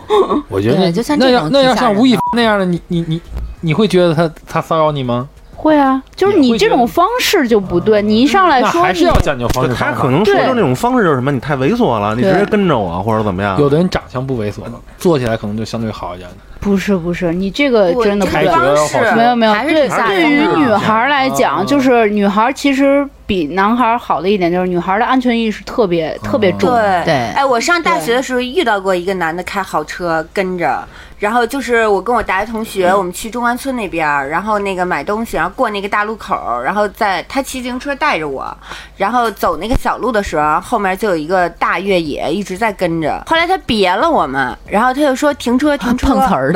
[SPEAKER 1] 我觉
[SPEAKER 4] 对
[SPEAKER 1] 得
[SPEAKER 4] 就像
[SPEAKER 1] 那
[SPEAKER 4] 这
[SPEAKER 1] 要
[SPEAKER 4] 种
[SPEAKER 1] 那
[SPEAKER 4] 挺
[SPEAKER 1] 要
[SPEAKER 4] 吓
[SPEAKER 1] 像
[SPEAKER 4] 人
[SPEAKER 1] 吴亦
[SPEAKER 4] 的
[SPEAKER 1] 凡那样的，你你你你会觉得他他骚扰你吗？
[SPEAKER 5] 会啊，就是
[SPEAKER 1] 也
[SPEAKER 5] 你
[SPEAKER 1] 会
[SPEAKER 5] 这
[SPEAKER 1] 觉得
[SPEAKER 5] 种方式就不对，你一上
[SPEAKER 4] 哎
[SPEAKER 5] 来
[SPEAKER 1] 那
[SPEAKER 5] 说
[SPEAKER 1] 还是
[SPEAKER 5] 你
[SPEAKER 1] 要讲究方式
[SPEAKER 3] 他
[SPEAKER 1] 方法
[SPEAKER 3] 可能说
[SPEAKER 5] 对
[SPEAKER 3] 就是那种方式就是什么，你太猥琐了，你直接
[SPEAKER 5] 对
[SPEAKER 3] 跟着我或者怎么样。
[SPEAKER 1] 有的人长相不猥琐的，做起来可能就相对好一点。
[SPEAKER 5] 不是不是，你这个
[SPEAKER 6] 我
[SPEAKER 5] 呃真的
[SPEAKER 6] 这
[SPEAKER 5] 不
[SPEAKER 1] 开
[SPEAKER 6] 个
[SPEAKER 5] 对
[SPEAKER 1] 始。
[SPEAKER 6] 方式
[SPEAKER 1] 觉得
[SPEAKER 5] 没有没有，
[SPEAKER 6] 还是
[SPEAKER 5] 对
[SPEAKER 6] 挺吓
[SPEAKER 5] 对
[SPEAKER 6] 人
[SPEAKER 5] 于
[SPEAKER 6] 的。
[SPEAKER 5] 女孩儿来
[SPEAKER 1] 啊
[SPEAKER 5] 讲，就是女孩儿其实比男孩儿好的一点，就是女孩儿的安全意识特别特别重。
[SPEAKER 6] 对
[SPEAKER 4] 对
[SPEAKER 6] 哎，我上大学的时候遇到过一个男的开豪车跟着，然后就是我跟我大学同学，我们去中关村那边儿，然后那个买东西，然后过那个大路口，然后在他骑自行车带着我，然后走那个小路的时候，后面就有一个大越野一直在跟着，后来他别了我们，然后他就说停车停车，
[SPEAKER 4] 啊碰瓷儿的，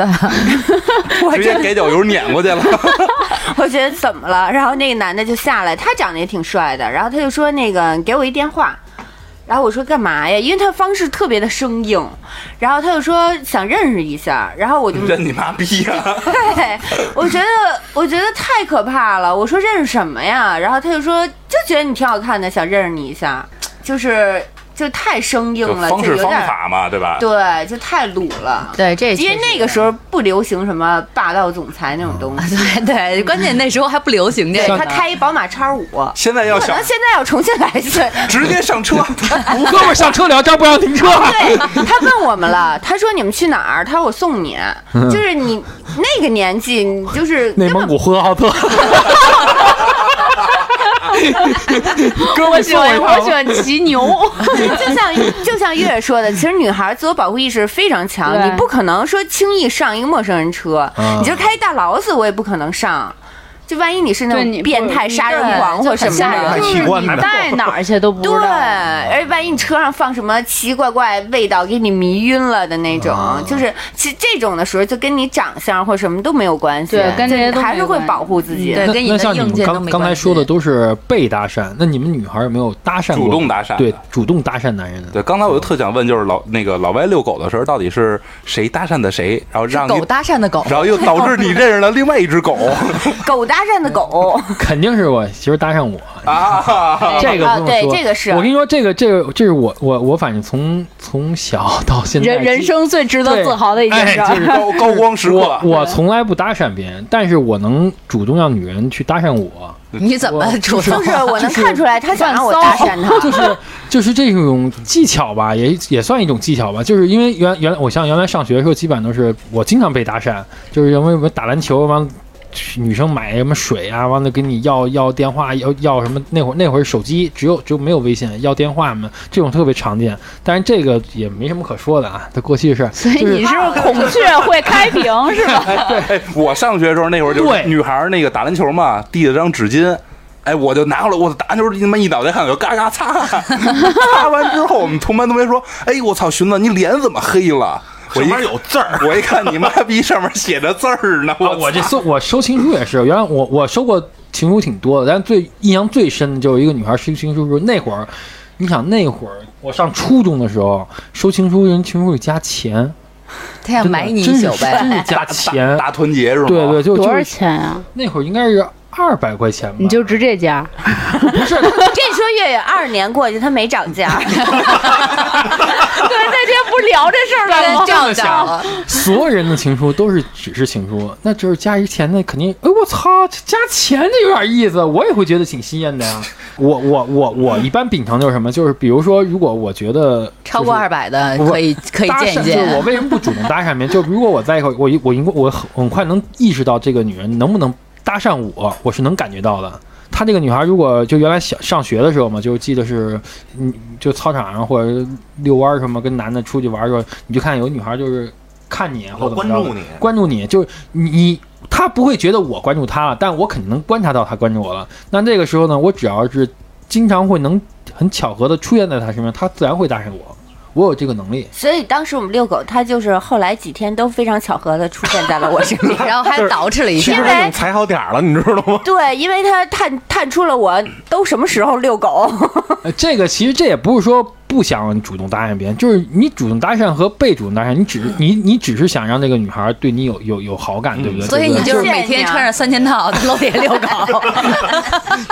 [SPEAKER 2] 直接给脚油撵过去了。
[SPEAKER 6] 我觉得怎么了？然后那个男的就下来，他长得也挺帅的，然后他就说那个你给我一电话。然后我说干嘛呀？因为他方式特别的生硬，然后他就说想认识一下，然后我就
[SPEAKER 2] 认你妈逼啊呀、
[SPEAKER 6] 对，我觉得我觉得太可怕了。我说认识什么呀？然后他就说就觉得你挺好看的，想认识你一下，就是就太生硬
[SPEAKER 2] 就
[SPEAKER 6] 了，
[SPEAKER 2] 方
[SPEAKER 6] 就
[SPEAKER 2] 式
[SPEAKER 6] 有
[SPEAKER 2] 方
[SPEAKER 6] 点
[SPEAKER 2] 法嘛，对吧？
[SPEAKER 6] 对，就太鲁了。
[SPEAKER 4] 对，这
[SPEAKER 6] 因为那个时候不流行什么霸道总裁那种东西，
[SPEAKER 4] 啊对对，关键那时候还不流行这
[SPEAKER 6] 对
[SPEAKER 4] 个
[SPEAKER 6] 他
[SPEAKER 4] 呢。
[SPEAKER 6] 开一宝马叉五，
[SPEAKER 2] 现在要
[SPEAKER 6] 可
[SPEAKER 2] 想
[SPEAKER 6] 能现在要重新来一次。
[SPEAKER 2] 直接上 车，
[SPEAKER 1] 吴哥们上车聊天不让停车，
[SPEAKER 6] 对哎他问我们了，他说你们去哪儿？他说我送你，就是你那个年纪，你就是
[SPEAKER 1] 内蒙古呼和浩特。哥们儿
[SPEAKER 5] 我
[SPEAKER 1] 你
[SPEAKER 5] 喜
[SPEAKER 1] 送
[SPEAKER 5] 欢
[SPEAKER 1] 一
[SPEAKER 5] 我
[SPEAKER 1] 趟
[SPEAKER 5] 喜
[SPEAKER 1] 吧，
[SPEAKER 5] 欢 骑牛，
[SPEAKER 6] 就像就像月月说的，其实女孩自我保护意识非常强，
[SPEAKER 5] 对
[SPEAKER 6] 你不可能说轻易上一个陌生人车，
[SPEAKER 1] 啊
[SPEAKER 6] 你就开一大劳斯，我也不可能上。就万一你是那
[SPEAKER 5] 对
[SPEAKER 6] 种
[SPEAKER 5] 你
[SPEAKER 6] 变态杀人狂或什么
[SPEAKER 5] 吓
[SPEAKER 6] 的，
[SPEAKER 5] 人，
[SPEAKER 3] 卖
[SPEAKER 5] 就
[SPEAKER 3] 器
[SPEAKER 5] 是
[SPEAKER 3] 官
[SPEAKER 5] 你
[SPEAKER 3] 的
[SPEAKER 5] 带哪儿去都不知
[SPEAKER 6] 对，
[SPEAKER 5] 道。
[SPEAKER 6] 而且万一你车上放什么奇奇怪怪味道，给你迷晕了的那种，
[SPEAKER 5] 啊
[SPEAKER 6] 就是其实这种的时候，就跟你长相或什么都没有关系，
[SPEAKER 5] 对跟这些
[SPEAKER 6] 就
[SPEAKER 5] 都没有
[SPEAKER 6] 还是会
[SPEAKER 5] 关系
[SPEAKER 6] 保护自己。
[SPEAKER 4] 对
[SPEAKER 1] 那
[SPEAKER 4] 跟你
[SPEAKER 1] 那
[SPEAKER 4] 的
[SPEAKER 1] 像你
[SPEAKER 4] 硬
[SPEAKER 1] 们
[SPEAKER 4] 件都
[SPEAKER 1] 刚
[SPEAKER 4] 没
[SPEAKER 1] 刚才
[SPEAKER 4] 关
[SPEAKER 1] 说
[SPEAKER 4] 系
[SPEAKER 1] 的都是被搭讪，那你们女孩有没有搭讪过？
[SPEAKER 2] 主动搭讪
[SPEAKER 1] 对，主动搭讪男人的。
[SPEAKER 2] 对，刚才我就特想问，就是老那个老外遛狗的时候，到底是谁搭讪的谁，然后让你
[SPEAKER 4] 狗，搭讪的狗，
[SPEAKER 2] 然后又导致你认识了另外一 只狗
[SPEAKER 6] 狗搭讪的狗，
[SPEAKER 1] 肯定是我媳妇儿搭讪我，
[SPEAKER 2] 啊！
[SPEAKER 1] 这个
[SPEAKER 6] 啊
[SPEAKER 1] 不用说。
[SPEAKER 6] 对这个是
[SPEAKER 1] 我跟你说，这个这个这是我我我反正从从小到现在
[SPEAKER 5] 人人生最值得自豪的一 件事儿。
[SPEAKER 1] 对哎就是
[SPEAKER 2] 高高光时刻
[SPEAKER 1] 我，我从来不搭讪别人，但是我能主动让女人去搭讪我，
[SPEAKER 4] 你怎么主动
[SPEAKER 6] 就？是我能看出来他想让我搭讪他。
[SPEAKER 1] 就是就是这种技巧吧，也也算一种技巧吧。就是因为原原来我像原来上学的时候，基本上都是我经常被搭讪，就是因为什么打篮球完了。女生买什么水啊，完了跟你要要电话，要要什么？那会儿那会儿手机只有就没有微信，要电话嘛，这种特别常见。但是这个也没什么可说的啊，这过去的事儿。
[SPEAKER 5] 所以你是不是孔雀会开 屏是吧？
[SPEAKER 2] 哎，我上学的时候那会儿就是
[SPEAKER 1] 对
[SPEAKER 2] 女孩儿那个打篮球嘛，递了张纸巾。哎，我就拿过来，我打篮球他妈一脑袋汗，我就嘎嘎擦 汗，擦完之后，我们同班同学说：“哎，我操，寻子，你脸怎么黑了？”我
[SPEAKER 3] 上
[SPEAKER 2] 一
[SPEAKER 3] 面有字儿，
[SPEAKER 2] 我一看你妈逼上面写着字儿呢，
[SPEAKER 1] 啊，我这搜我收情书也是，原来我我收过情书挺多的，但最印象最深的就是一个女孩收情书时候，那会儿，你想那会儿我上初中的时候收情书，人情书里加钱，
[SPEAKER 4] 他想
[SPEAKER 1] 真的
[SPEAKER 4] 买你
[SPEAKER 1] 真
[SPEAKER 4] 一
[SPEAKER 1] 是
[SPEAKER 4] 宿呗
[SPEAKER 1] 真。是 加钱，
[SPEAKER 2] 大团结是吗？
[SPEAKER 1] 对对，就
[SPEAKER 5] 多
[SPEAKER 1] 就
[SPEAKER 5] 少
[SPEAKER 1] 是
[SPEAKER 5] 钱啊？
[SPEAKER 1] 那会儿应该是二百块钱吧，
[SPEAKER 5] 你就直接加，
[SPEAKER 1] 不是
[SPEAKER 6] 这你说月月二十年过去，他没涨价，
[SPEAKER 5] 对，那天不聊这事儿了吗？
[SPEAKER 4] 照着了，
[SPEAKER 1] 所有人的情书都是只是情书，那就是加一钱，那肯定，哎我操，这加钱这有点意思，我也会觉得挺新鲜的呀。我我我我一般秉承就是什么，就是比如说，如果我觉得、
[SPEAKER 4] 超过二
[SPEAKER 1] 百。
[SPEAKER 4] 百的
[SPEAKER 1] 不是
[SPEAKER 4] 可以可以
[SPEAKER 1] 搭
[SPEAKER 4] 见
[SPEAKER 1] 讪
[SPEAKER 4] 一
[SPEAKER 1] 就是我
[SPEAKER 4] 见。
[SPEAKER 1] 为什么不主动搭讪别人？就如果我在一块，我一我应该我很很快能意识到这个女人能不能搭讪我，我是能感觉到的。她这个女孩，如果就原来小上学的时候嘛，就是记得是，嗯，就操场上或者遛弯儿什么，跟男的出去玩儿的时候，你就看有女孩就是看你或者怎么着
[SPEAKER 3] 关注你
[SPEAKER 1] 关注你，就是你你她不会觉得我关注她了，但我肯定能观察到她关注我了。那这个时候呢，我只要是经常会能很巧合的出现在她身边，她自然会搭讪我。我有这个能力。
[SPEAKER 6] 所以当时我们遛狗，它就是后来几天都非常巧合的出现在了我身边。
[SPEAKER 4] 然后还捯饬了一
[SPEAKER 3] 其
[SPEAKER 4] 下
[SPEAKER 3] 实。他已经踩好点儿了，你知道吗？
[SPEAKER 6] 对，因为它探探出了我都什么时候遛狗，
[SPEAKER 1] 呃，这个其实这也不是说不想主动搭讪别人，就是你主动搭讪和被主动搭讪，你只你你只是想让这个女孩对你有有有好感，对不对？
[SPEAKER 4] 所以
[SPEAKER 1] 这个
[SPEAKER 4] 你就是每
[SPEAKER 6] 谢谢你
[SPEAKER 4] 天
[SPEAKER 6] 啊
[SPEAKER 4] 穿着三件套在楼底下遛狗，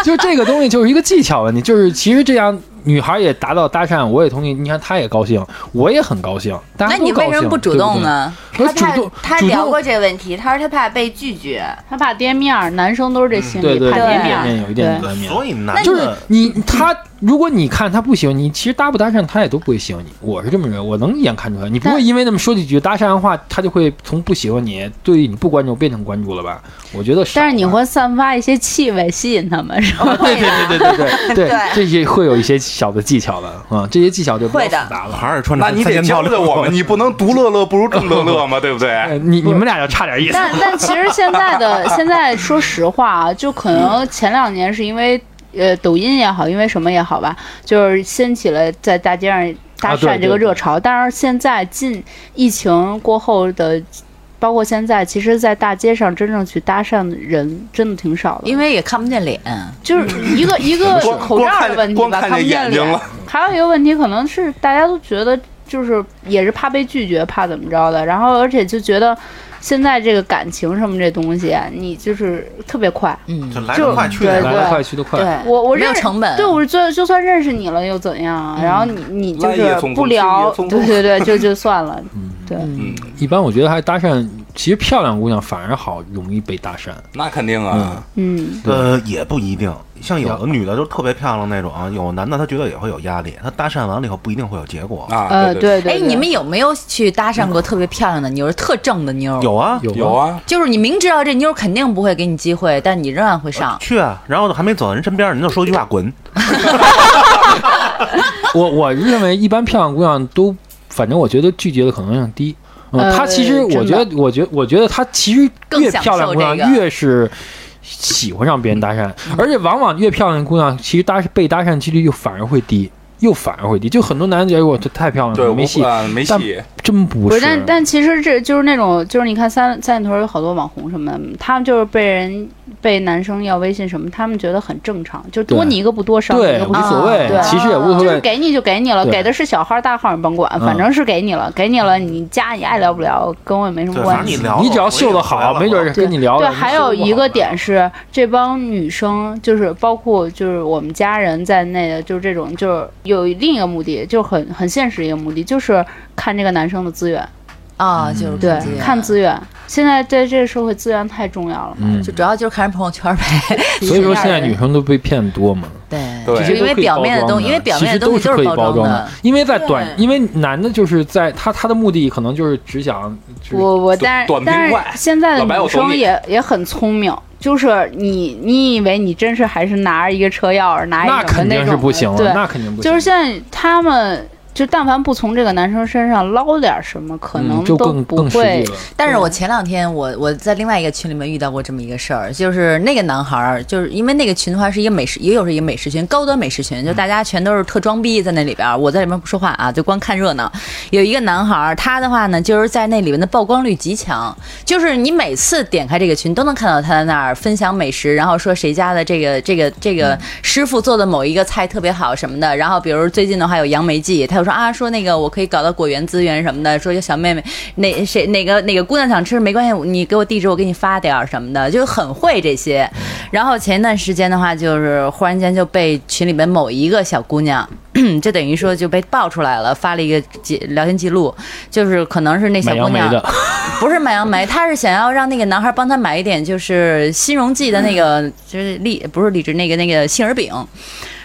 [SPEAKER 1] 就这个东西就是一个技巧问题，就是其实这样女孩也达到搭讪，我也同意，你看她也高兴，我也很高兴，大
[SPEAKER 4] 那
[SPEAKER 1] 家
[SPEAKER 4] 你
[SPEAKER 1] 都高兴
[SPEAKER 4] 为什么不主动？呢？
[SPEAKER 1] 对不对我
[SPEAKER 6] 它
[SPEAKER 1] 主
[SPEAKER 6] 怕
[SPEAKER 1] 动，
[SPEAKER 6] 它
[SPEAKER 1] 主
[SPEAKER 6] 聊
[SPEAKER 1] 动
[SPEAKER 6] 过这个问题，它说它怕被拒绝。
[SPEAKER 5] 他怕跌面儿，男生都是这心理，
[SPEAKER 1] 嗯对对，有
[SPEAKER 5] 怕
[SPEAKER 1] 一
[SPEAKER 5] 跌面
[SPEAKER 1] 点
[SPEAKER 5] 儿。
[SPEAKER 1] 点有一点点难免。
[SPEAKER 3] 所以男
[SPEAKER 1] 就是
[SPEAKER 3] 的
[SPEAKER 1] 你他，如果你看他不喜欢你，其实搭不搭讪他也都不会喜欢你。我是这么认为，我能一眼看出来，你不会
[SPEAKER 5] 但
[SPEAKER 1] 因为那么说几句搭讪话，他就会从不喜欢你对你不关注变成关注了吧？我觉得少吧，
[SPEAKER 5] 但是你会散发一些气味吸引他们，是吧？
[SPEAKER 1] 对对对对对 对对
[SPEAKER 6] 对，
[SPEAKER 1] 这些会有一些小的技巧的啊，这些技巧就比较
[SPEAKER 6] 会的
[SPEAKER 1] 复杂了。
[SPEAKER 3] 还是穿着
[SPEAKER 2] 那你
[SPEAKER 3] 三
[SPEAKER 2] 得
[SPEAKER 3] 件
[SPEAKER 2] 教
[SPEAKER 3] 套
[SPEAKER 2] 教
[SPEAKER 3] 遛
[SPEAKER 2] 我
[SPEAKER 3] 狗
[SPEAKER 2] 们，你不能独乐乐不如众乐乐嘛，对不 对？
[SPEAKER 1] 哎你你们俩就差点意思。
[SPEAKER 5] 但但其实现在的现在，说实话啊，就可能前两年是因为呃抖音也好，因为什么也好吧，就是掀起了在大街上搭
[SPEAKER 1] 啊对
[SPEAKER 5] 讪这个
[SPEAKER 1] 对
[SPEAKER 5] 热潮。但是现在近疫情过后的，包括现在，其实，在大街上真正去搭讪的人真的挺少的，
[SPEAKER 4] 因为也嗯看不见脸，
[SPEAKER 5] 就是一个一个
[SPEAKER 2] 光
[SPEAKER 5] 口罩的问题
[SPEAKER 2] 光
[SPEAKER 5] 吧，
[SPEAKER 2] 看
[SPEAKER 5] 看不
[SPEAKER 2] 见
[SPEAKER 5] 见
[SPEAKER 2] 眼睛
[SPEAKER 5] 脸
[SPEAKER 2] 了。
[SPEAKER 5] 还有一个问题，可能是大家都觉得就是也是怕被拒绝，怕怎么着的，然后而且就觉得现在这个感情什么这东西，啊你就是特别快。
[SPEAKER 4] 嗯，
[SPEAKER 3] 就来得快去得
[SPEAKER 5] 对
[SPEAKER 1] 来
[SPEAKER 3] 快
[SPEAKER 1] 得快去得快，
[SPEAKER 6] 对，
[SPEAKER 5] 我我
[SPEAKER 4] 没
[SPEAKER 5] 认
[SPEAKER 4] 有成本嗯
[SPEAKER 5] 对我就就算认识你了又怎样啊？然后你你就
[SPEAKER 2] 来也
[SPEAKER 5] 是
[SPEAKER 2] 从
[SPEAKER 5] 不
[SPEAKER 2] 公去
[SPEAKER 5] 聊
[SPEAKER 2] 也，从
[SPEAKER 5] 对
[SPEAKER 2] 公
[SPEAKER 5] 对对，就就算了。对，
[SPEAKER 2] 嗯，
[SPEAKER 1] 一般我觉得还搭讪，其实漂亮姑娘反而好，容易被搭讪。
[SPEAKER 2] 那肯定啊，
[SPEAKER 5] 嗯，
[SPEAKER 3] 呃，也不一定，像有的女的就特别漂亮那种啊，有男的他觉得也会有压力，他搭讪完了以后不一定会有结果。
[SPEAKER 2] 啊，
[SPEAKER 5] 呃，
[SPEAKER 2] 对
[SPEAKER 5] 对
[SPEAKER 2] 对，
[SPEAKER 5] 对。
[SPEAKER 4] 哎，
[SPEAKER 5] 对
[SPEAKER 4] 你们有没有去搭讪过特别漂亮的妞儿，特正的妞？，
[SPEAKER 3] 有啊，
[SPEAKER 1] 有
[SPEAKER 2] 有
[SPEAKER 1] 啊，
[SPEAKER 2] 啊，
[SPEAKER 4] 就是你明知道这妞儿肯定不会给你机会，但你仍然会上。
[SPEAKER 3] 去啊，然后还没走到人身边，人就说一句话
[SPEAKER 5] 哦
[SPEAKER 3] 滚。
[SPEAKER 1] 我我认为一般漂亮姑娘都，反正我觉得拒绝的可能性低。嗯，
[SPEAKER 5] 呃
[SPEAKER 1] 她其实我觉得，我觉得我觉得她其实越漂亮姑娘
[SPEAKER 4] 更享受这个嗯
[SPEAKER 1] 越是喜欢上别人搭讪，而且往往越漂亮姑娘其实搭被搭讪几率又反而会低，又反而会低。就很多男人觉得我这太漂亮
[SPEAKER 2] 对，
[SPEAKER 1] 了，没
[SPEAKER 2] 我
[SPEAKER 1] 戏，
[SPEAKER 2] 啊没
[SPEAKER 1] 但
[SPEAKER 2] 戏，
[SPEAKER 1] 真不
[SPEAKER 5] 不
[SPEAKER 1] 是
[SPEAKER 5] 是，。但但其实这就是那种，就是你看三三里屯有好多网红什么的，他们就是被人被男生要微信什么，他们觉得很正常，就多
[SPEAKER 1] 对
[SPEAKER 5] 你一个不多少你一
[SPEAKER 1] 对
[SPEAKER 5] 个
[SPEAKER 1] 无
[SPEAKER 5] 不少，
[SPEAKER 1] 所谓，
[SPEAKER 5] 啊对
[SPEAKER 1] 其实也无所
[SPEAKER 5] 就是
[SPEAKER 1] 谓。
[SPEAKER 5] 给你就给你了，
[SPEAKER 1] 对
[SPEAKER 5] 给的是小号大号你甭管，
[SPEAKER 1] 嗯
[SPEAKER 5] 反正是给你了，给你了你加你爱聊不聊跟我也没什么
[SPEAKER 3] 对，反
[SPEAKER 5] 关
[SPEAKER 3] 正你
[SPEAKER 5] 系。
[SPEAKER 3] 聊了，
[SPEAKER 1] 你只要秀的
[SPEAKER 3] 我也
[SPEAKER 1] 好，
[SPEAKER 3] 就
[SPEAKER 1] 没准
[SPEAKER 3] 来
[SPEAKER 1] 儿
[SPEAKER 3] 了
[SPEAKER 1] 跟你聊
[SPEAKER 5] 对，
[SPEAKER 1] 了。
[SPEAKER 5] 还有一个点是，这帮女生就是包括就是我们家人在内的，就是这种就是有另一个目的，就很很现实一个目的，就是看这个男生的资源。
[SPEAKER 4] 啊，就是
[SPEAKER 5] 对，看
[SPEAKER 4] 自
[SPEAKER 5] 资
[SPEAKER 4] 己
[SPEAKER 5] 源。现在在这个社会，资源太重要了嘛。
[SPEAKER 1] 嗯
[SPEAKER 4] 就，主要就是看人朋友圈呗。
[SPEAKER 1] 所以说现在女生都被骗得多嘛。
[SPEAKER 4] 对，
[SPEAKER 2] 对
[SPEAKER 4] 就
[SPEAKER 1] 这
[SPEAKER 4] 是因为表面的东西，因为表面的东西
[SPEAKER 1] 都
[SPEAKER 4] 是
[SPEAKER 1] 可以
[SPEAKER 4] 包
[SPEAKER 1] 包
[SPEAKER 4] 装
[SPEAKER 1] 装
[SPEAKER 4] 的。，
[SPEAKER 1] 因为在短，
[SPEAKER 6] 对
[SPEAKER 1] 因为男的就是在他他的目的可能就是只想，就是
[SPEAKER 5] 我我但
[SPEAKER 2] 短短
[SPEAKER 5] 是
[SPEAKER 2] 平
[SPEAKER 5] 但是
[SPEAKER 2] 快
[SPEAKER 5] 现在的
[SPEAKER 2] 老白
[SPEAKER 5] 女
[SPEAKER 2] 我懂
[SPEAKER 5] 生
[SPEAKER 2] 你
[SPEAKER 5] 也也很聪明，就是你你以为你真是还是拿着一个车钥匙，拿一
[SPEAKER 1] 那
[SPEAKER 5] 什么
[SPEAKER 1] 肯
[SPEAKER 5] 那
[SPEAKER 1] 定是
[SPEAKER 5] 种
[SPEAKER 1] 不行
[SPEAKER 5] 的对
[SPEAKER 1] 了，，那肯定不行，
[SPEAKER 5] 就是现在他们就但凡不从这个男生身上捞点什么，可能
[SPEAKER 1] 嗯就
[SPEAKER 5] 都
[SPEAKER 1] 更
[SPEAKER 5] 不
[SPEAKER 1] 更实
[SPEAKER 5] 会
[SPEAKER 1] 际了。
[SPEAKER 4] 但是我前两天我我在另外一个群里面遇到过这么一个事儿，就是那个男孩儿，就是因为那个群的话是一个美食，也有是一个美食群，高端美食群，就大家全都是特装逼在那里边儿，我在里面不说话啊，就光看热闹。有一个男孩儿，他的话呢，就是在那里面的曝光率极强，就是你每次点开这个群都能看到他在那儿分享美食，然后说谁家的这个这个这个师傅做的某一个菜特别好什么的，然后比如最近的话有杨梅季，他就说啊说那个我可以搞到果园资源什么的，说有小妹妹哪谁哪个哪个姑娘想吃没关系，你给我地址我给你发点儿什么的，就很会这些。然后前一段时间的话，就是忽然间就被群里面某一个小姑娘。 这等于说就被爆出来了，发了一个记聊天记录，就是可能是那小
[SPEAKER 1] 买
[SPEAKER 4] 姑
[SPEAKER 1] 杨梅
[SPEAKER 4] 娘，
[SPEAKER 1] 的，
[SPEAKER 4] 不是买 杨梅，他是想要让那个男孩帮他买一点，就是新荣记的那个， 就是荔不是荔枝那个那个杏仁饼。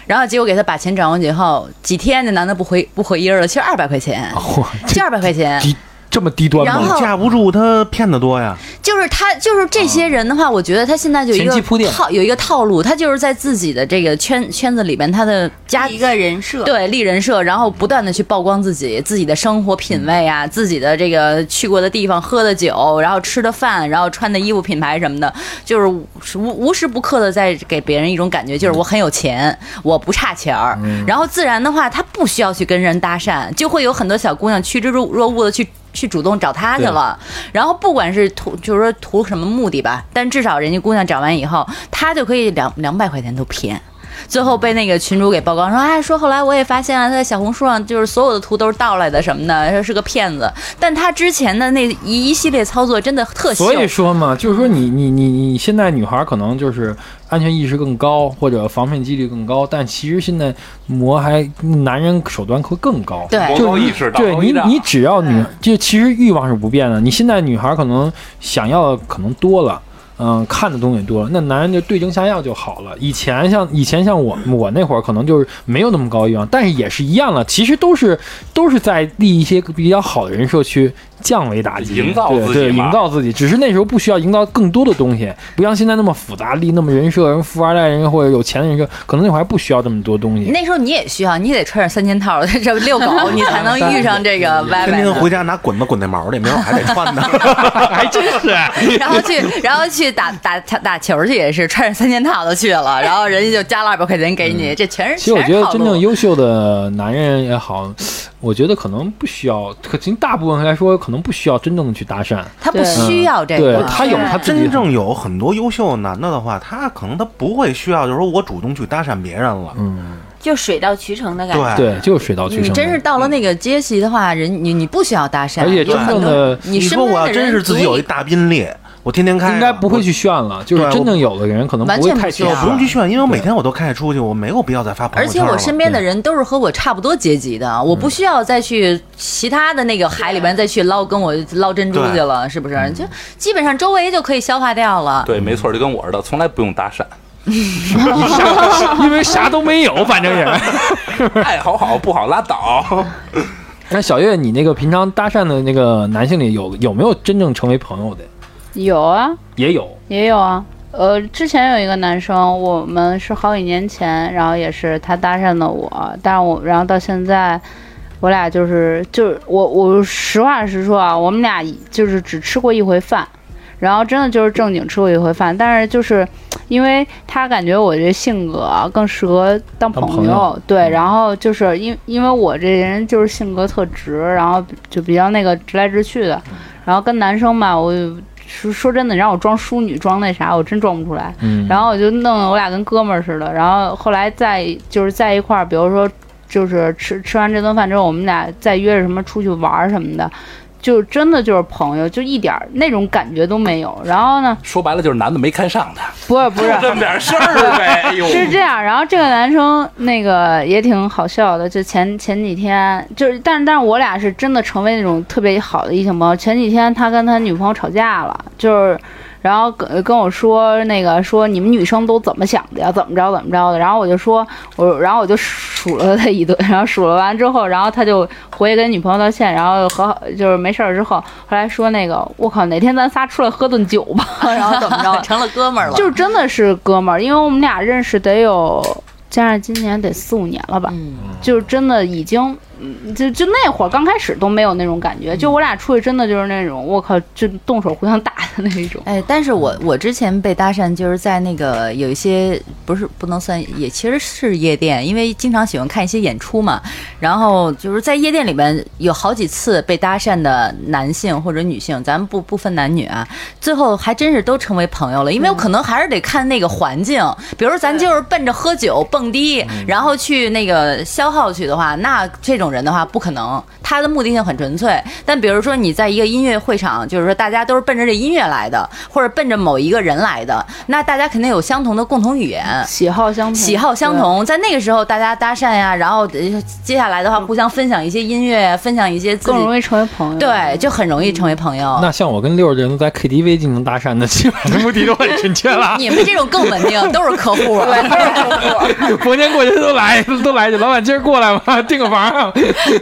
[SPEAKER 4] 然后结果给他把钱转过去以后，几天那男的不回不回音儿了，其实二百块钱，
[SPEAKER 1] 嚯，
[SPEAKER 4] 就二百块钱，
[SPEAKER 1] 哦这这么低端
[SPEAKER 4] 然
[SPEAKER 1] 吗？
[SPEAKER 4] 后
[SPEAKER 3] 架不住他骗的多呀，
[SPEAKER 4] 就是他，就是这些人的话，我觉得他现在就有一
[SPEAKER 1] 前期铺
[SPEAKER 4] 个
[SPEAKER 1] 垫
[SPEAKER 4] 套，有一个套路，他就是在自己的这个圈圈子里边，他的家
[SPEAKER 6] 一个人设，
[SPEAKER 4] 对立人设，然后不断的去曝光自己自己的生活品味啊，自己的这个去过的地方、喝的酒，然后吃的饭，然后穿的衣服品牌什么的，就是无无时不刻的在给别人一种感觉，就是我很有钱，我不差钱儿。然后自然的话，他不需要去跟人搭讪，就会有很多小姑娘趋之若若鹜的去。去主动找他去了，然后不管是图，就是说图什么目的吧，但至少人家姑娘找完以后，他就可以两两百块钱都骗。最后被那个群主给曝光，说哎，说后来我也发现啊，他在小红书上就是所有的图都是盗来的什么的，说是个骗子。但他之前的那一一系列操作真的特秀，
[SPEAKER 1] 所以说嘛，就是说你你你你现在女孩可能就是安全意识更高，或者防范几率更高，但其实现在魔还男人手段会更高。
[SPEAKER 4] 对
[SPEAKER 2] 魔高一尺，道
[SPEAKER 1] 对
[SPEAKER 2] 高一
[SPEAKER 1] 你，
[SPEAKER 2] 丈
[SPEAKER 1] 你只要女，就其实欲望是不变的。你现在女孩可能想要的可能多了，嗯，看的东西多了，那男人就对症下药就好了。以前像以前像我我那会儿可能就是没有那么高欲望，但是也是一样了。其实都是都是在立一些比较好的人设去降维打击，
[SPEAKER 2] 营造自
[SPEAKER 1] 对
[SPEAKER 2] 己
[SPEAKER 1] 对，
[SPEAKER 2] 嘛
[SPEAKER 1] 营造自己。只是那时候不需要营造更多的东西，不像现在那么复杂，立那么人设，人富二代人或者有钱的人设，可能那会儿还不需要这么多东西。
[SPEAKER 4] 那时候你也需要，你得穿上三件套， 这遛 狗你才能遇上这个
[SPEAKER 5] 哎
[SPEAKER 4] 歪
[SPEAKER 3] 天
[SPEAKER 4] 歪
[SPEAKER 3] 天
[SPEAKER 4] 的。
[SPEAKER 3] 回家拿滚子滚那毛去，明儿我还得穿呢。
[SPEAKER 1] 还真是。
[SPEAKER 4] 然后去，然后去打打打打球去也是穿上三件套都去了，然后人家就加了二百块钱给你，这全是
[SPEAKER 1] 嗯其实我
[SPEAKER 4] 全
[SPEAKER 1] 觉
[SPEAKER 4] 是
[SPEAKER 1] 得
[SPEAKER 4] 套
[SPEAKER 1] 真
[SPEAKER 4] 路
[SPEAKER 1] 正优秀的男人也好，我觉得可能不需要，可其实大部分来说可能不需要真正的去搭讪，
[SPEAKER 4] 他不需要这
[SPEAKER 1] 嗯对
[SPEAKER 4] 个，
[SPEAKER 3] 嗯
[SPEAKER 1] 他有他自己
[SPEAKER 3] 真正有很多优秀男的的话，他可能他不会需要，就是说我主动去搭讪别人了。
[SPEAKER 4] 嗯
[SPEAKER 6] 就水到渠成的感觉。
[SPEAKER 3] 对，
[SPEAKER 1] 对，就是水到渠成。
[SPEAKER 4] 你真是，到了那个阶级的话，人你你不需要搭讪，
[SPEAKER 1] 而且
[SPEAKER 4] 有
[SPEAKER 1] 真
[SPEAKER 4] 很
[SPEAKER 1] 正
[SPEAKER 4] 多
[SPEAKER 1] 的
[SPEAKER 4] 你身
[SPEAKER 3] 说
[SPEAKER 4] 边
[SPEAKER 3] 我要啊
[SPEAKER 4] 的
[SPEAKER 3] 真
[SPEAKER 4] 人
[SPEAKER 3] 是自己有
[SPEAKER 4] 足
[SPEAKER 3] 一
[SPEAKER 4] 以
[SPEAKER 3] 大宾列，我天天开着，
[SPEAKER 1] 应该不会去炫了，就是
[SPEAKER 3] 对我
[SPEAKER 1] 真正有的人可能不会太
[SPEAKER 4] 完全不需
[SPEAKER 1] 炫
[SPEAKER 4] 要
[SPEAKER 3] 我，不用去炫，因为我
[SPEAKER 1] 对
[SPEAKER 3] 每天我都开着出去，我没有必要再发朋
[SPEAKER 4] 啊而
[SPEAKER 3] 友
[SPEAKER 4] 且
[SPEAKER 3] 圈了。
[SPEAKER 4] 我身边的人都是和我差不多阶级的，我不需要再去其他的那个海里边再去捞跟我捞珍珠去了，是不是？就基本上周围就可以消化掉 了。
[SPEAKER 2] 对，没错，就跟我似的，从来不用搭 讪，
[SPEAKER 1] 因为啥都没有，反正也。
[SPEAKER 2] 爱好好，不好拉倒。
[SPEAKER 1] 那小月，你那个平常搭讪的那个男性里有有没有真正成为朋友的？
[SPEAKER 5] 有啊，
[SPEAKER 1] 也有，
[SPEAKER 5] 也有啊。呃，之前有一个男生，我们是好几年前，然后也是他搭讪的我，但是我然后到现在，我俩就是就是我我实话实说啊，我们俩就是只吃过一回饭，然后真的就是正经吃过一回饭，但是就是因为他感觉我这性格啊更适合当朋
[SPEAKER 1] 当朋友嗯
[SPEAKER 5] 对，然后就是因因为我这人就是性格特直，然后就比较那个直来直去的，
[SPEAKER 1] 嗯
[SPEAKER 5] 然后跟男生吧，我说说真的，你让我装淑女装那啥，我真装不出来。
[SPEAKER 1] 嗯，
[SPEAKER 5] 然后我就弄得我俩跟哥们儿似的，然后后来在就是在一块儿，比如说就是吃吃完这顿饭之后，我们俩再约着什么出去玩儿什么的，就真的就是朋友，就一点儿那种感觉都没有。然后呢，
[SPEAKER 2] 说白了就是男的没看上他，
[SPEAKER 5] 不是不是
[SPEAKER 2] 就，这么点事儿呗。哎呦，
[SPEAKER 5] 是这样，然后这个男生那个也挺好笑的，就前前几天就是，但是但是我俩是真的成为那种特别好的异性朋友。前几天他跟他女朋友吵架了，就是。然后跟跟我说那个说你们女生都怎么想的呀？怎么着怎么着的？然后我就说我，然后我就数了他一顿，然后数了完之后，然后他就回去跟女朋友道歉，然后和好就是没事儿之后，后来说那个我靠哪天咱仨出来喝顿酒吧， 然后怎么着的？
[SPEAKER 4] 成了哥们儿了，
[SPEAKER 5] 就真的是哥们儿，因为我们俩认识得有加上今年得四五年了吧，
[SPEAKER 4] 嗯，
[SPEAKER 5] 就是真的已经，嗯就就那会儿刚开始都没有那种感
[SPEAKER 2] 嗯
[SPEAKER 5] 觉，就我俩出去真的就是那种我靠，就动手互相打的那一种。
[SPEAKER 4] 哎，但是我我之前被搭讪，就是在那个有一些不是不能算，也其实是夜店，因为经常喜欢看一些演出嘛。然后就是在夜店里面有好几次被搭讪的男性或者女性，咱们不不分男女啊，最后还真是都成为朋友了。因为我可能还是得看那个环境，比如说咱就是奔着喝酒蹦迪，然后去那个消耗去的话，那这种人的话不可能，他的目的性很纯粹。但比如说你在一个音乐会场，就是说大家都是奔着这音乐来的，或者奔着某一个人来的，那大家肯定有相同的共同语言。
[SPEAKER 5] 喜好相同，
[SPEAKER 4] 喜好相同，在那个时候大家搭讪呀、然后呃接下来的话互相分享一些音乐，分享一些
[SPEAKER 5] 对，
[SPEAKER 4] 自己
[SPEAKER 5] 更容易成为朋友。
[SPEAKER 4] 对，就很容易成为朋友。
[SPEAKER 1] 那像我跟六儿这种在 KTV 进行搭讪的，基本上目的都很准确了。
[SPEAKER 4] 你们这种更稳定，都是客户。啊
[SPEAKER 1] 逢年过节都来，都来去。老板今儿过来吧，订个房。啊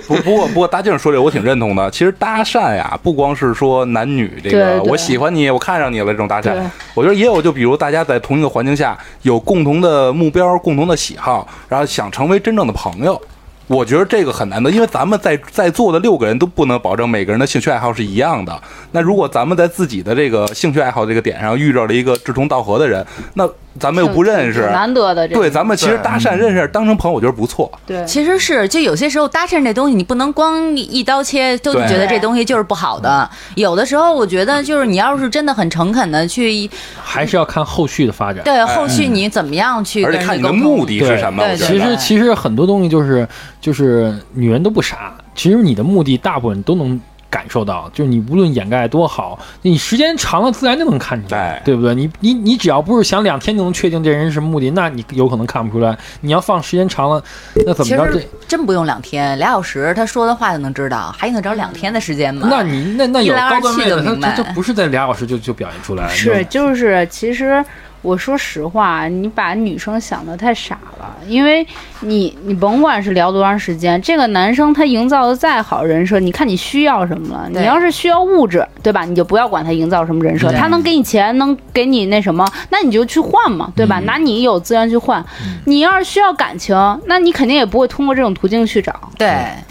[SPEAKER 2] 不不过不过大静说这个我挺认同的。其实搭讪呀，不光是说男女这个
[SPEAKER 5] 对对
[SPEAKER 2] 我喜欢你，我看上你了这种搭讪
[SPEAKER 5] 对，
[SPEAKER 2] 我觉得也有就比如大家在同一个环境下有共同的目标、共同的喜好，然后想成为真正的朋友。我觉得这个很难得，因为咱们在在座的六个人都不能保证每个人的兴趣爱好是一样的。那如果咱们在自己的这个兴趣爱好这个点上遇到了一个志同道合的人，那咱们又不认识
[SPEAKER 5] 挺，难得的这
[SPEAKER 2] 对，咱们其实
[SPEAKER 3] 对
[SPEAKER 2] 搭讪认识当成朋友，我觉得不错。
[SPEAKER 5] 对
[SPEAKER 4] 其实是，就有些时候搭讪这东西，你不能光一刀切，都
[SPEAKER 2] 对
[SPEAKER 4] 觉得这东西就是不好的。有的时候，我觉得就是你要是真的很诚恳的去，
[SPEAKER 1] 还是要看后续的发展。
[SPEAKER 4] 对后续你怎么样去
[SPEAKER 2] 而
[SPEAKER 4] 跟
[SPEAKER 2] 且
[SPEAKER 4] 人
[SPEAKER 2] 看你
[SPEAKER 4] 沟
[SPEAKER 2] 的
[SPEAKER 4] 通
[SPEAKER 2] 目的是
[SPEAKER 1] 对
[SPEAKER 2] 什么，我
[SPEAKER 4] 对
[SPEAKER 2] 觉
[SPEAKER 1] 其
[SPEAKER 2] 得。
[SPEAKER 1] 实其实很多东西就是就是女人都不傻，其实你的目的大部分都能感受到，就是你无论掩盖多好，你时间长了自然就能看出来，对不对？你你你只要不是想两天就能确定这人是什么目的，那你有可能看不出来。你要放时间长了，那怎
[SPEAKER 4] 其
[SPEAKER 1] 么着？
[SPEAKER 4] 实
[SPEAKER 1] 这
[SPEAKER 4] 真不用两天，俩小时，他说的话就能知道，还能找两天的时间吗？
[SPEAKER 1] 那你那那有
[SPEAKER 4] 一来
[SPEAKER 1] 高
[SPEAKER 4] 二
[SPEAKER 1] 段
[SPEAKER 4] 去
[SPEAKER 1] 位
[SPEAKER 4] 就
[SPEAKER 1] 的，他
[SPEAKER 4] 明白
[SPEAKER 1] 他他不是在俩小时就就表现出来，
[SPEAKER 5] 是，就是其实我说实话，啊你把女生想的太傻了，因为你你甭管是聊多长时间，这个男生他营造的再好人设，你看你需要什么了？
[SPEAKER 4] 对
[SPEAKER 5] 你要是需要物质，对吧？你就不要管他营造什么人设，
[SPEAKER 4] 对
[SPEAKER 5] 他能给你钱，能给你那什么，那你就去换嘛，对吧？拿你有资源去换。你要是需要感情，那你肯定也不会通过这种途径去找。
[SPEAKER 4] 对，
[SPEAKER 2] 嗯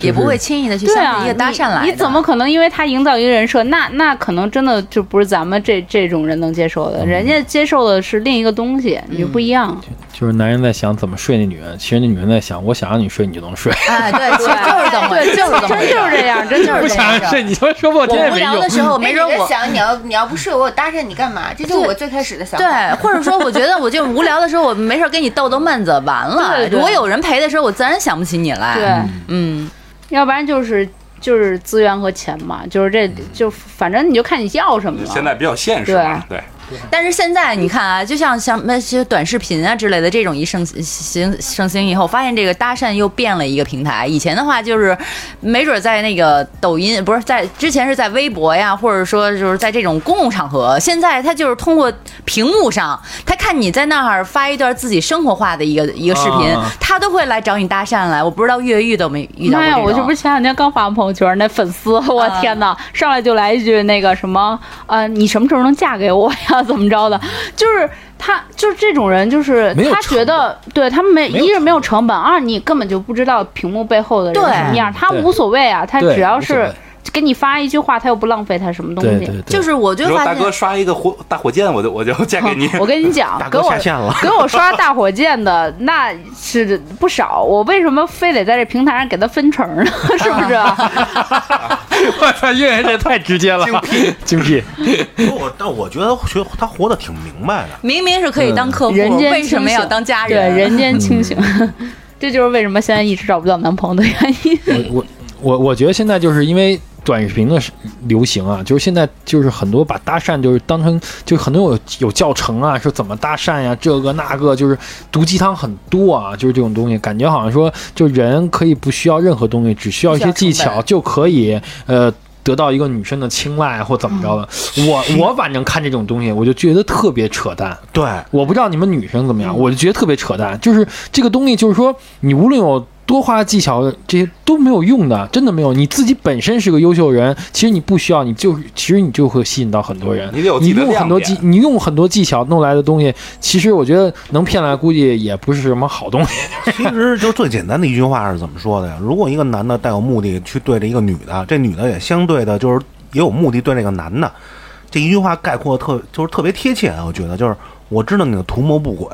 [SPEAKER 4] 也不会轻易的去
[SPEAKER 5] 对
[SPEAKER 4] 相
[SPEAKER 5] 啊，
[SPEAKER 4] 信一个搭讪来的
[SPEAKER 5] 你，你怎么可能因为他营造一个人设，那那可能真的就不是咱们这这种人能接受的，人家接受的是另一个东西，你就不一样。
[SPEAKER 1] 就是男人在想怎么睡那女人，其实那女人在想，我想让你睡，你就能睡。
[SPEAKER 4] 哎，对，其实 就是这么回
[SPEAKER 5] 对，
[SPEAKER 4] 事，就是这么
[SPEAKER 5] 真
[SPEAKER 4] 回
[SPEAKER 5] 就是
[SPEAKER 4] 事。
[SPEAKER 5] 这样，真就是
[SPEAKER 1] 不
[SPEAKER 5] 这
[SPEAKER 1] 想
[SPEAKER 5] 样。
[SPEAKER 1] 让你睡，你他妈说半天也
[SPEAKER 4] 我无
[SPEAKER 1] 没
[SPEAKER 4] 聊
[SPEAKER 1] 用
[SPEAKER 4] 的。时候，没准
[SPEAKER 6] 哎你在
[SPEAKER 4] 我
[SPEAKER 6] 想你要你要不睡我，我搭讪你干嘛？这就是我最开始的想
[SPEAKER 1] 啊
[SPEAKER 6] 法。
[SPEAKER 4] 对，或者说，我觉得我就无聊的时候，我没事儿跟你逗逗闷子，完 了。
[SPEAKER 5] 对对
[SPEAKER 4] 如果有人陪的时候，我自然想不起你来。
[SPEAKER 5] 对，
[SPEAKER 4] 嗯，
[SPEAKER 5] 要不然就是就是资源和钱嘛，就是这就反正你就看你要什么了。
[SPEAKER 2] 现在比较现实嘛，对，
[SPEAKER 4] 但是现在你看啊，就像像那些短视频啊之类的这种一盛行盛行以后，发现这个搭讪又变了一个平台。以前的话就是，没准在那个抖音不是在之前是在微博呀，或者说就是在这种公共场合，现在他就是通过屏幕上，他看你在那儿发一段自己生活化的一个一个视频，
[SPEAKER 1] 啊
[SPEAKER 4] 他都会来找你搭讪来。我不知道越狱都没遇到
[SPEAKER 5] 妈
[SPEAKER 4] 过
[SPEAKER 5] 呀！
[SPEAKER 4] 种
[SPEAKER 5] 我这不是前两天刚发完朋友圈，那粉 丝，我
[SPEAKER 4] 啊
[SPEAKER 5] 天呐，上来就来一句那个什么，呃，你什么时候能嫁给我呀？怎么着的？就是他，就是这种人，就是
[SPEAKER 1] 没有
[SPEAKER 5] 他觉得，对他没，
[SPEAKER 1] 没有
[SPEAKER 5] 一是没有成本，二你根本就不知道屏幕背后的人
[SPEAKER 4] 对
[SPEAKER 5] 什么样，他
[SPEAKER 1] 对
[SPEAKER 5] 无所谓啊，他
[SPEAKER 1] 对
[SPEAKER 5] 只要
[SPEAKER 1] 无所谓
[SPEAKER 5] 是给你发一句话，他又不浪费他什么东
[SPEAKER 1] 对对
[SPEAKER 5] 西。
[SPEAKER 1] 对，
[SPEAKER 4] 就是我就
[SPEAKER 2] 比如
[SPEAKER 4] 发
[SPEAKER 2] 大
[SPEAKER 4] 现
[SPEAKER 2] 哥刷一个火大火箭，我就我就嫁给你。
[SPEAKER 5] 我跟你 讲
[SPEAKER 3] 大，
[SPEAKER 5] 给
[SPEAKER 3] 哥
[SPEAKER 5] 我。
[SPEAKER 3] 下线了
[SPEAKER 5] 给我刷大火箭的那是不少，我为什么非得在这平台上给他分成呢？ 是不是啊？
[SPEAKER 1] 我操，岳岳这太直接了，精辟，精辟。
[SPEAKER 3] 我但我觉得学他活得挺明白的，
[SPEAKER 4] 明明是可以当客户，
[SPEAKER 5] 人间
[SPEAKER 4] 为什么
[SPEAKER 5] 清醒
[SPEAKER 4] 要当家
[SPEAKER 5] 对，
[SPEAKER 4] 人？
[SPEAKER 5] 人间清醒。 这就是为什么现在一直找不到男朋友的原 因。
[SPEAKER 1] 我我我觉得现在就是因为短视频的流行啊，就是现在就是很多把搭讪就是当成就是很多有有教程啊，说怎么搭讪呀、这个那个就是毒鸡汤很多啊，就是这种东西，感觉好像说就人可以不需要任何东西，只需要一些技
[SPEAKER 4] 不需要成
[SPEAKER 1] 巧就可以呃。得到一个女生的青睐或怎么着的，我我反正看这种东西，我就觉得特别扯淡。
[SPEAKER 3] 对，
[SPEAKER 1] 我不知道你们女生怎么样，我就觉得特别扯淡。就是这个东西，就是说你无论有多花技巧，这些都没有用的，真的没有。你自己本身是个优秀人，其实你不需要，你就是其实你就会吸引到很多人。
[SPEAKER 2] 你得有自
[SPEAKER 1] 你
[SPEAKER 2] 己的
[SPEAKER 1] 用很
[SPEAKER 2] 亮
[SPEAKER 1] 多
[SPEAKER 2] 点
[SPEAKER 1] 技，，你用很多技巧弄来的东西，其实我觉得能骗来，估计也不是什么好东西。
[SPEAKER 3] 其实就最简单的一句话是怎么说的呀？如果一个男的带有目的去对着一个女的，这女的也相对的就是也有目的对这个男的，这一句话概括得特就是特别贴切啊，我觉得就是我知道你的图谋不轨，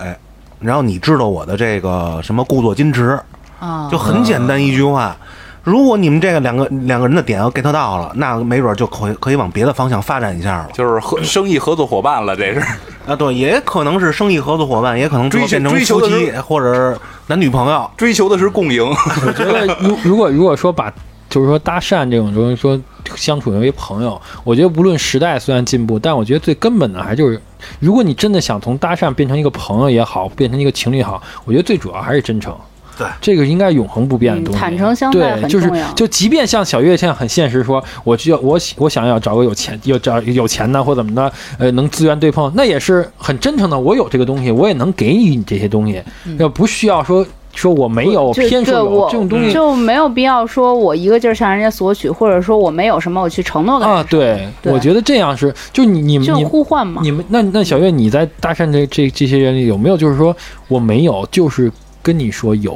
[SPEAKER 3] 然后你知道我的这个什么故作矜持，
[SPEAKER 4] 啊，
[SPEAKER 3] 就很简单一句话。如果你们这个两个两个人的点要 get 到了，那没准就可以可以往别的方向发展一下了。
[SPEAKER 2] 就是合生意合作伙伴了，这是。
[SPEAKER 3] 啊，对，也可能是生意合作伙伴，也可能最后
[SPEAKER 2] 追求
[SPEAKER 3] 变成
[SPEAKER 2] 追求
[SPEAKER 3] 夫
[SPEAKER 2] 的
[SPEAKER 3] 妻
[SPEAKER 2] 是
[SPEAKER 3] 或者是男女朋友。
[SPEAKER 2] 追求的是共赢，
[SPEAKER 1] 我觉得如如果如果说把就是说搭讪这种东西说相处为朋友，我觉得无论时代虽然进步，但我觉得最根本的还就是，如果你真的想从搭讪变成一个朋友也好，变成一个情侣也好，我觉得最主要还是真诚。
[SPEAKER 3] 对
[SPEAKER 1] 这个应该永恒不变的
[SPEAKER 5] 嗯
[SPEAKER 1] 东西。
[SPEAKER 5] 坦诚相待
[SPEAKER 1] 对，
[SPEAKER 5] 很
[SPEAKER 1] 就是
[SPEAKER 5] 重要
[SPEAKER 1] 就即便像小月现在很现实说，我就要我喜我想要找个有钱有找有钱的或怎么的，呃，能资源对碰，那也是很真诚的。我有这个东西，我也能给予你这些东西，要不需要说说我没有，我
[SPEAKER 5] 嗯就
[SPEAKER 1] 哦偏说
[SPEAKER 5] 对
[SPEAKER 1] 有
[SPEAKER 5] 我嗯
[SPEAKER 1] 这种东西
[SPEAKER 5] 就没有必要说我一个劲儿向人家索取，或者说我没有什么我去承诺给人
[SPEAKER 1] 啊，对，
[SPEAKER 5] 对
[SPEAKER 1] 我觉得这样是，就你你们
[SPEAKER 5] 就
[SPEAKER 1] 你
[SPEAKER 5] 互换嘛。
[SPEAKER 1] 你们那那小月，你在搭讪这这这些人里有没有就是说我没有，就是跟你说有，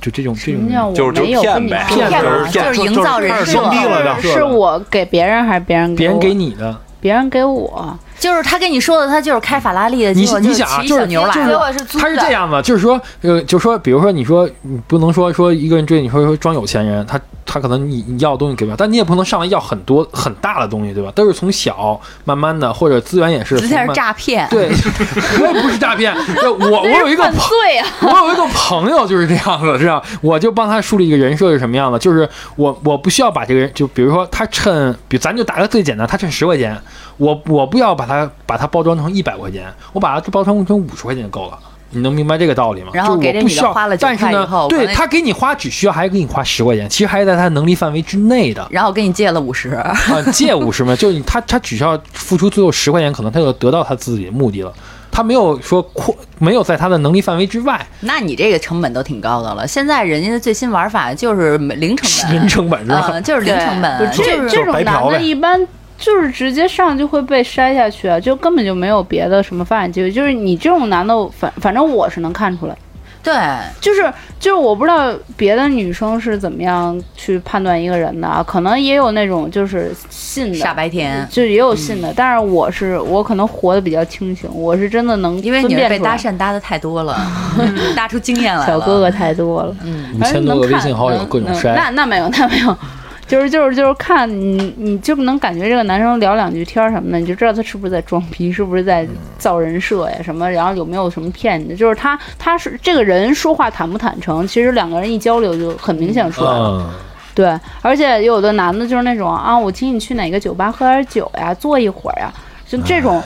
[SPEAKER 1] 就这种这
[SPEAKER 5] 什么叫
[SPEAKER 1] 种
[SPEAKER 5] 我
[SPEAKER 2] 就是
[SPEAKER 5] 没
[SPEAKER 2] 就是
[SPEAKER 5] 有
[SPEAKER 2] 骗啊
[SPEAKER 5] 跟你
[SPEAKER 2] 呗
[SPEAKER 5] 说
[SPEAKER 4] 骗
[SPEAKER 5] 过
[SPEAKER 4] 嘛
[SPEAKER 3] 骗
[SPEAKER 4] 就是营造人
[SPEAKER 3] 就是
[SPEAKER 4] 设
[SPEAKER 3] 装逼了
[SPEAKER 1] 的
[SPEAKER 3] 的。
[SPEAKER 5] 是我给别人还是别人
[SPEAKER 1] 别人
[SPEAKER 5] 我
[SPEAKER 1] 给你的，
[SPEAKER 5] 别人给我，
[SPEAKER 4] 就是他跟你说的，他就是开法拉利的，
[SPEAKER 1] 你
[SPEAKER 4] 结果
[SPEAKER 1] 你
[SPEAKER 4] 就
[SPEAKER 1] 想啊
[SPEAKER 4] 骑
[SPEAKER 1] 就是
[SPEAKER 4] 小牛来
[SPEAKER 6] 结
[SPEAKER 4] 了。
[SPEAKER 6] 果是租的，
[SPEAKER 1] 他是这样的，就是说呃，就说比如说你说你不能说说一个人追你说说装有钱人，他他可能你你要的东西给不了，但你也不能上来要很多很大的东西，对吧？都是从小慢慢的，或者资源也是
[SPEAKER 4] 直
[SPEAKER 1] 从
[SPEAKER 4] 接
[SPEAKER 1] 慢
[SPEAKER 4] 是诈骗，
[SPEAKER 1] 对， 我也不是诈 骗，就我我有一个
[SPEAKER 5] 犯
[SPEAKER 1] 朋
[SPEAKER 5] 罪啊！
[SPEAKER 1] 我有一个朋友就是这样子，是吧？我就帮他树立一个人设是什么样的，就是我我不需要把这个人，就比如说他趁，比咱就打个最简单，他趁十块钱，我我不要把他把他包装成一百块钱，我把他包装成五十块钱就够了。你能明白这个道理吗？
[SPEAKER 4] 然后
[SPEAKER 1] 就是
[SPEAKER 4] 给这
[SPEAKER 1] 我不
[SPEAKER 4] 女的
[SPEAKER 1] 需要，
[SPEAKER 4] 花了
[SPEAKER 1] 但是
[SPEAKER 4] 9块
[SPEAKER 1] 呢
[SPEAKER 4] 以后，
[SPEAKER 1] 对
[SPEAKER 4] 完了
[SPEAKER 1] 他给你花只需要还给你花十块钱，其实还是在他能力范围之内 的。
[SPEAKER 4] 然后给你借了五十，
[SPEAKER 1] 啊，借五十嘛，就是你他他只需要付出最后十块钱，可能他就得到他自己的目的了。他没有说扩，没有在他的能力范围之外，
[SPEAKER 4] 那你这个成本都挺高的了。现在人家的最新玩法就是零成
[SPEAKER 1] 人
[SPEAKER 4] 本，
[SPEAKER 1] 成本是吧？
[SPEAKER 4] 嗯，就是零成本，
[SPEAKER 5] 对
[SPEAKER 4] 就是
[SPEAKER 5] 这这种
[SPEAKER 3] 白嫖
[SPEAKER 5] 男的
[SPEAKER 3] 呗
[SPEAKER 5] 一般。就是直接上就会被筛下去啊，就根本就没有别的什么发展机会。就是你这种男的，反反正我是能看出来，
[SPEAKER 4] 对，
[SPEAKER 5] 就是就是我不知道别的女生是怎么样去判断一个人的啊，可能也有那种就是信的，
[SPEAKER 4] 傻白甜。
[SPEAKER 5] 就也有信的，但是我是我可能活得比较清醒，我是真的能
[SPEAKER 4] 因为
[SPEAKER 5] 分
[SPEAKER 4] 你是
[SPEAKER 5] 辨
[SPEAKER 4] 被
[SPEAKER 5] 出来
[SPEAKER 4] 搭讪搭的太多了， 搭出经验来了。
[SPEAKER 5] 小哥哥太多了，
[SPEAKER 4] 嗯，
[SPEAKER 1] 五
[SPEAKER 5] 反
[SPEAKER 1] 千
[SPEAKER 5] 正
[SPEAKER 1] 多
[SPEAKER 5] 能
[SPEAKER 1] 个
[SPEAKER 5] 看
[SPEAKER 1] 微信好友，
[SPEAKER 5] 能
[SPEAKER 1] 各种
[SPEAKER 5] 能
[SPEAKER 1] 筛
[SPEAKER 5] 那。那没有， 那没有，就是就是就是看你，你就不能感觉这个男生聊两句天儿什么的，你就知道他是不是在装逼，是不是在造人设呀什么，然后有没有什么骗你的，就是他他是这个人说话坦不坦诚，其实两个人一交流就很明显出来了。
[SPEAKER 1] 嗯，
[SPEAKER 5] 对，而且有的男的就是那种啊，我请你去哪个酒吧喝点酒呀，坐一会儿呀，就这种。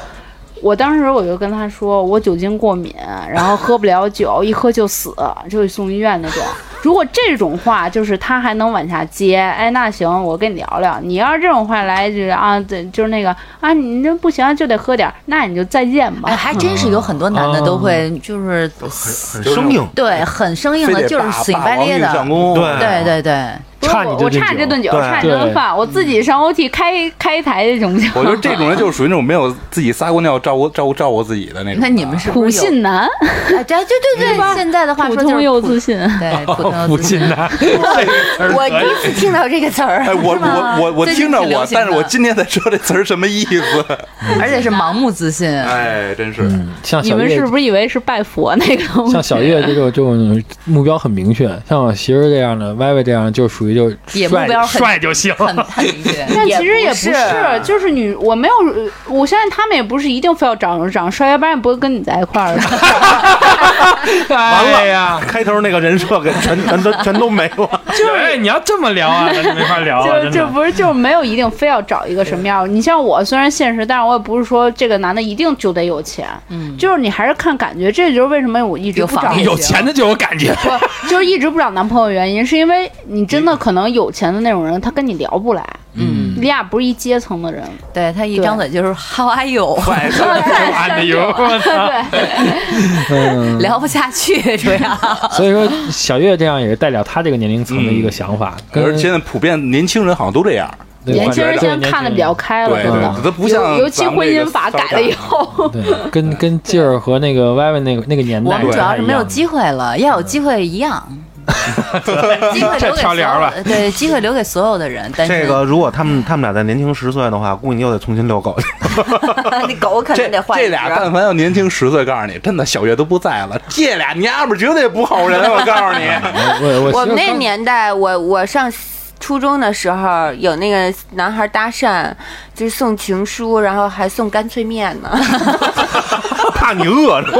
[SPEAKER 5] 我当时我就跟他说，我酒精过敏，然后喝不了酒，一喝就死，就得送医院那种。如果这种话就是他还能往下接，哎，那行，我跟你聊聊。你要是这种话来一句啊，对，就是那个啊，你这不行就得喝点儿，那你就再见吧。
[SPEAKER 4] 哎，还真是有很多男的都会，就是
[SPEAKER 3] 很生硬。
[SPEAKER 4] 对很生硬
[SPEAKER 2] 非
[SPEAKER 4] 的，
[SPEAKER 2] 得
[SPEAKER 4] 就是
[SPEAKER 2] 霸
[SPEAKER 4] 死
[SPEAKER 2] 霸
[SPEAKER 4] 硬白
[SPEAKER 2] 王
[SPEAKER 4] 咧
[SPEAKER 2] 硬
[SPEAKER 4] 的。
[SPEAKER 2] 上弓，
[SPEAKER 3] 对
[SPEAKER 4] 对对对，
[SPEAKER 5] 不是
[SPEAKER 1] 差你
[SPEAKER 5] 我
[SPEAKER 1] 这
[SPEAKER 5] 我
[SPEAKER 1] 顿
[SPEAKER 5] 差你这
[SPEAKER 1] 酒
[SPEAKER 5] 顿酒，
[SPEAKER 3] 对
[SPEAKER 5] 差你这
[SPEAKER 1] 对嗯
[SPEAKER 5] 顿饭，我自己上 OT 开开台这种酒。
[SPEAKER 2] 我觉得这种人就是属于那种没有自己撒过尿照顾照顾照顾自己的那种。
[SPEAKER 4] 那你们是
[SPEAKER 5] 苦
[SPEAKER 4] 不是有？
[SPEAKER 5] 信男，
[SPEAKER 4] 哎，对对 对对，现在的话
[SPEAKER 5] 普
[SPEAKER 4] 说就
[SPEAKER 5] 通
[SPEAKER 4] 是
[SPEAKER 5] 又
[SPEAKER 4] 苦
[SPEAKER 5] 自信。
[SPEAKER 4] 对普通又
[SPEAKER 1] 不
[SPEAKER 4] 自信
[SPEAKER 1] 进。 来，这个词
[SPEAKER 6] 我
[SPEAKER 1] 儿
[SPEAKER 6] 第一次听到这个词儿，
[SPEAKER 2] 哎，我
[SPEAKER 4] 是吗
[SPEAKER 2] 我我我
[SPEAKER 4] 最近
[SPEAKER 2] 听着
[SPEAKER 4] 挺流
[SPEAKER 2] 我，
[SPEAKER 4] 行
[SPEAKER 2] 但是
[SPEAKER 4] 的
[SPEAKER 2] 我今天才知道这词儿什么意思。
[SPEAKER 4] 而且是盲目自信。
[SPEAKER 2] 哎，真是，
[SPEAKER 1] 像
[SPEAKER 5] 你
[SPEAKER 1] 小
[SPEAKER 5] 们
[SPEAKER 1] 月
[SPEAKER 5] 是，不是以为是拜佛那个东西？
[SPEAKER 1] 像小月这种这种目标很明确，像我媳妇儿这样的歪歪这样，就属于就
[SPEAKER 4] 也目
[SPEAKER 1] 帅
[SPEAKER 4] 标很
[SPEAKER 1] 帅就行。
[SPEAKER 4] 很很明 确，
[SPEAKER 5] 但其实
[SPEAKER 6] 也
[SPEAKER 5] 也
[SPEAKER 6] 不
[SPEAKER 5] 不
[SPEAKER 6] 是
[SPEAKER 5] 是，就是女，我没有，呃我相信他们也不是一定非要长长帅，要不然也不会跟你在一块儿了。
[SPEAKER 1] 完了呀，
[SPEAKER 3] 开头那个人设给全全都全都没了，
[SPEAKER 1] 哎，你要这么聊啊，那就没法 聊了，
[SPEAKER 5] 就
[SPEAKER 1] 真
[SPEAKER 5] 就
[SPEAKER 1] 的。
[SPEAKER 5] 不是，就是没有一定非要找一个什么样儿。你像我，虽然现实，但是我也不是说这个男的一定就得有钱，
[SPEAKER 4] 嗯，
[SPEAKER 5] 就是你还是看感觉。这就是为什么我一直
[SPEAKER 4] 有
[SPEAKER 5] 不
[SPEAKER 4] 房
[SPEAKER 5] 找
[SPEAKER 4] 子，
[SPEAKER 1] 有钱的就有感觉，
[SPEAKER 5] 不就是一直不找男朋友的原因，是因为你真的可能有钱的那种人，他跟你聊不来，
[SPEAKER 4] 嗯，
[SPEAKER 5] 你俩不是一阶层的人。
[SPEAKER 4] 对他一张嘴就是 How are you，
[SPEAKER 1] 哎呦我操！ 嗯，
[SPEAKER 4] 聊不下去主 要。
[SPEAKER 1] 所以说小月这样也是代表她这个年龄层的一个想法，
[SPEAKER 2] 而
[SPEAKER 1] 跟
[SPEAKER 2] 且现在普遍年轻人好像都这样，
[SPEAKER 1] 对
[SPEAKER 5] 年轻人
[SPEAKER 1] 对
[SPEAKER 5] 现在看的比较开了，
[SPEAKER 2] 对
[SPEAKER 5] 真的。
[SPEAKER 2] 对，他不像
[SPEAKER 5] 嗯尤尤其
[SPEAKER 2] 咱们
[SPEAKER 5] 婚
[SPEAKER 2] 这个
[SPEAKER 5] 姻法
[SPEAKER 2] 骚
[SPEAKER 5] 改了以
[SPEAKER 2] 感
[SPEAKER 5] 后，
[SPEAKER 1] 对，跟跟劲儿和那个歪歪那个那个年
[SPEAKER 4] 我
[SPEAKER 1] 代
[SPEAKER 4] 们
[SPEAKER 1] 不
[SPEAKER 4] 主要
[SPEAKER 1] 太
[SPEAKER 4] 是
[SPEAKER 1] 一
[SPEAKER 4] 没有
[SPEAKER 1] 样
[SPEAKER 4] 机会了，要有机会一样。 机会留
[SPEAKER 1] 这跳
[SPEAKER 4] 给所
[SPEAKER 1] 帘儿了
[SPEAKER 4] 有对，机会留给所有的人。但是
[SPEAKER 3] 这个如果他们他们俩再年轻十岁的话，估计你又得重新遛狗去。
[SPEAKER 6] 那狗肯
[SPEAKER 2] 这
[SPEAKER 6] 定得换一
[SPEAKER 2] 这
[SPEAKER 6] 只
[SPEAKER 2] 俩但凡要年轻十岁，告诉你，真的小月都不在了，这俩娘们儿绝对不好人，我告诉你。
[SPEAKER 1] 我我媳
[SPEAKER 6] 我
[SPEAKER 1] 妇
[SPEAKER 6] 们那
[SPEAKER 1] 刚
[SPEAKER 6] 年代，我我上初中的时候，有那个男孩搭讪，就是送情书，然后还送干脆面呢。
[SPEAKER 3] 怕你饿着。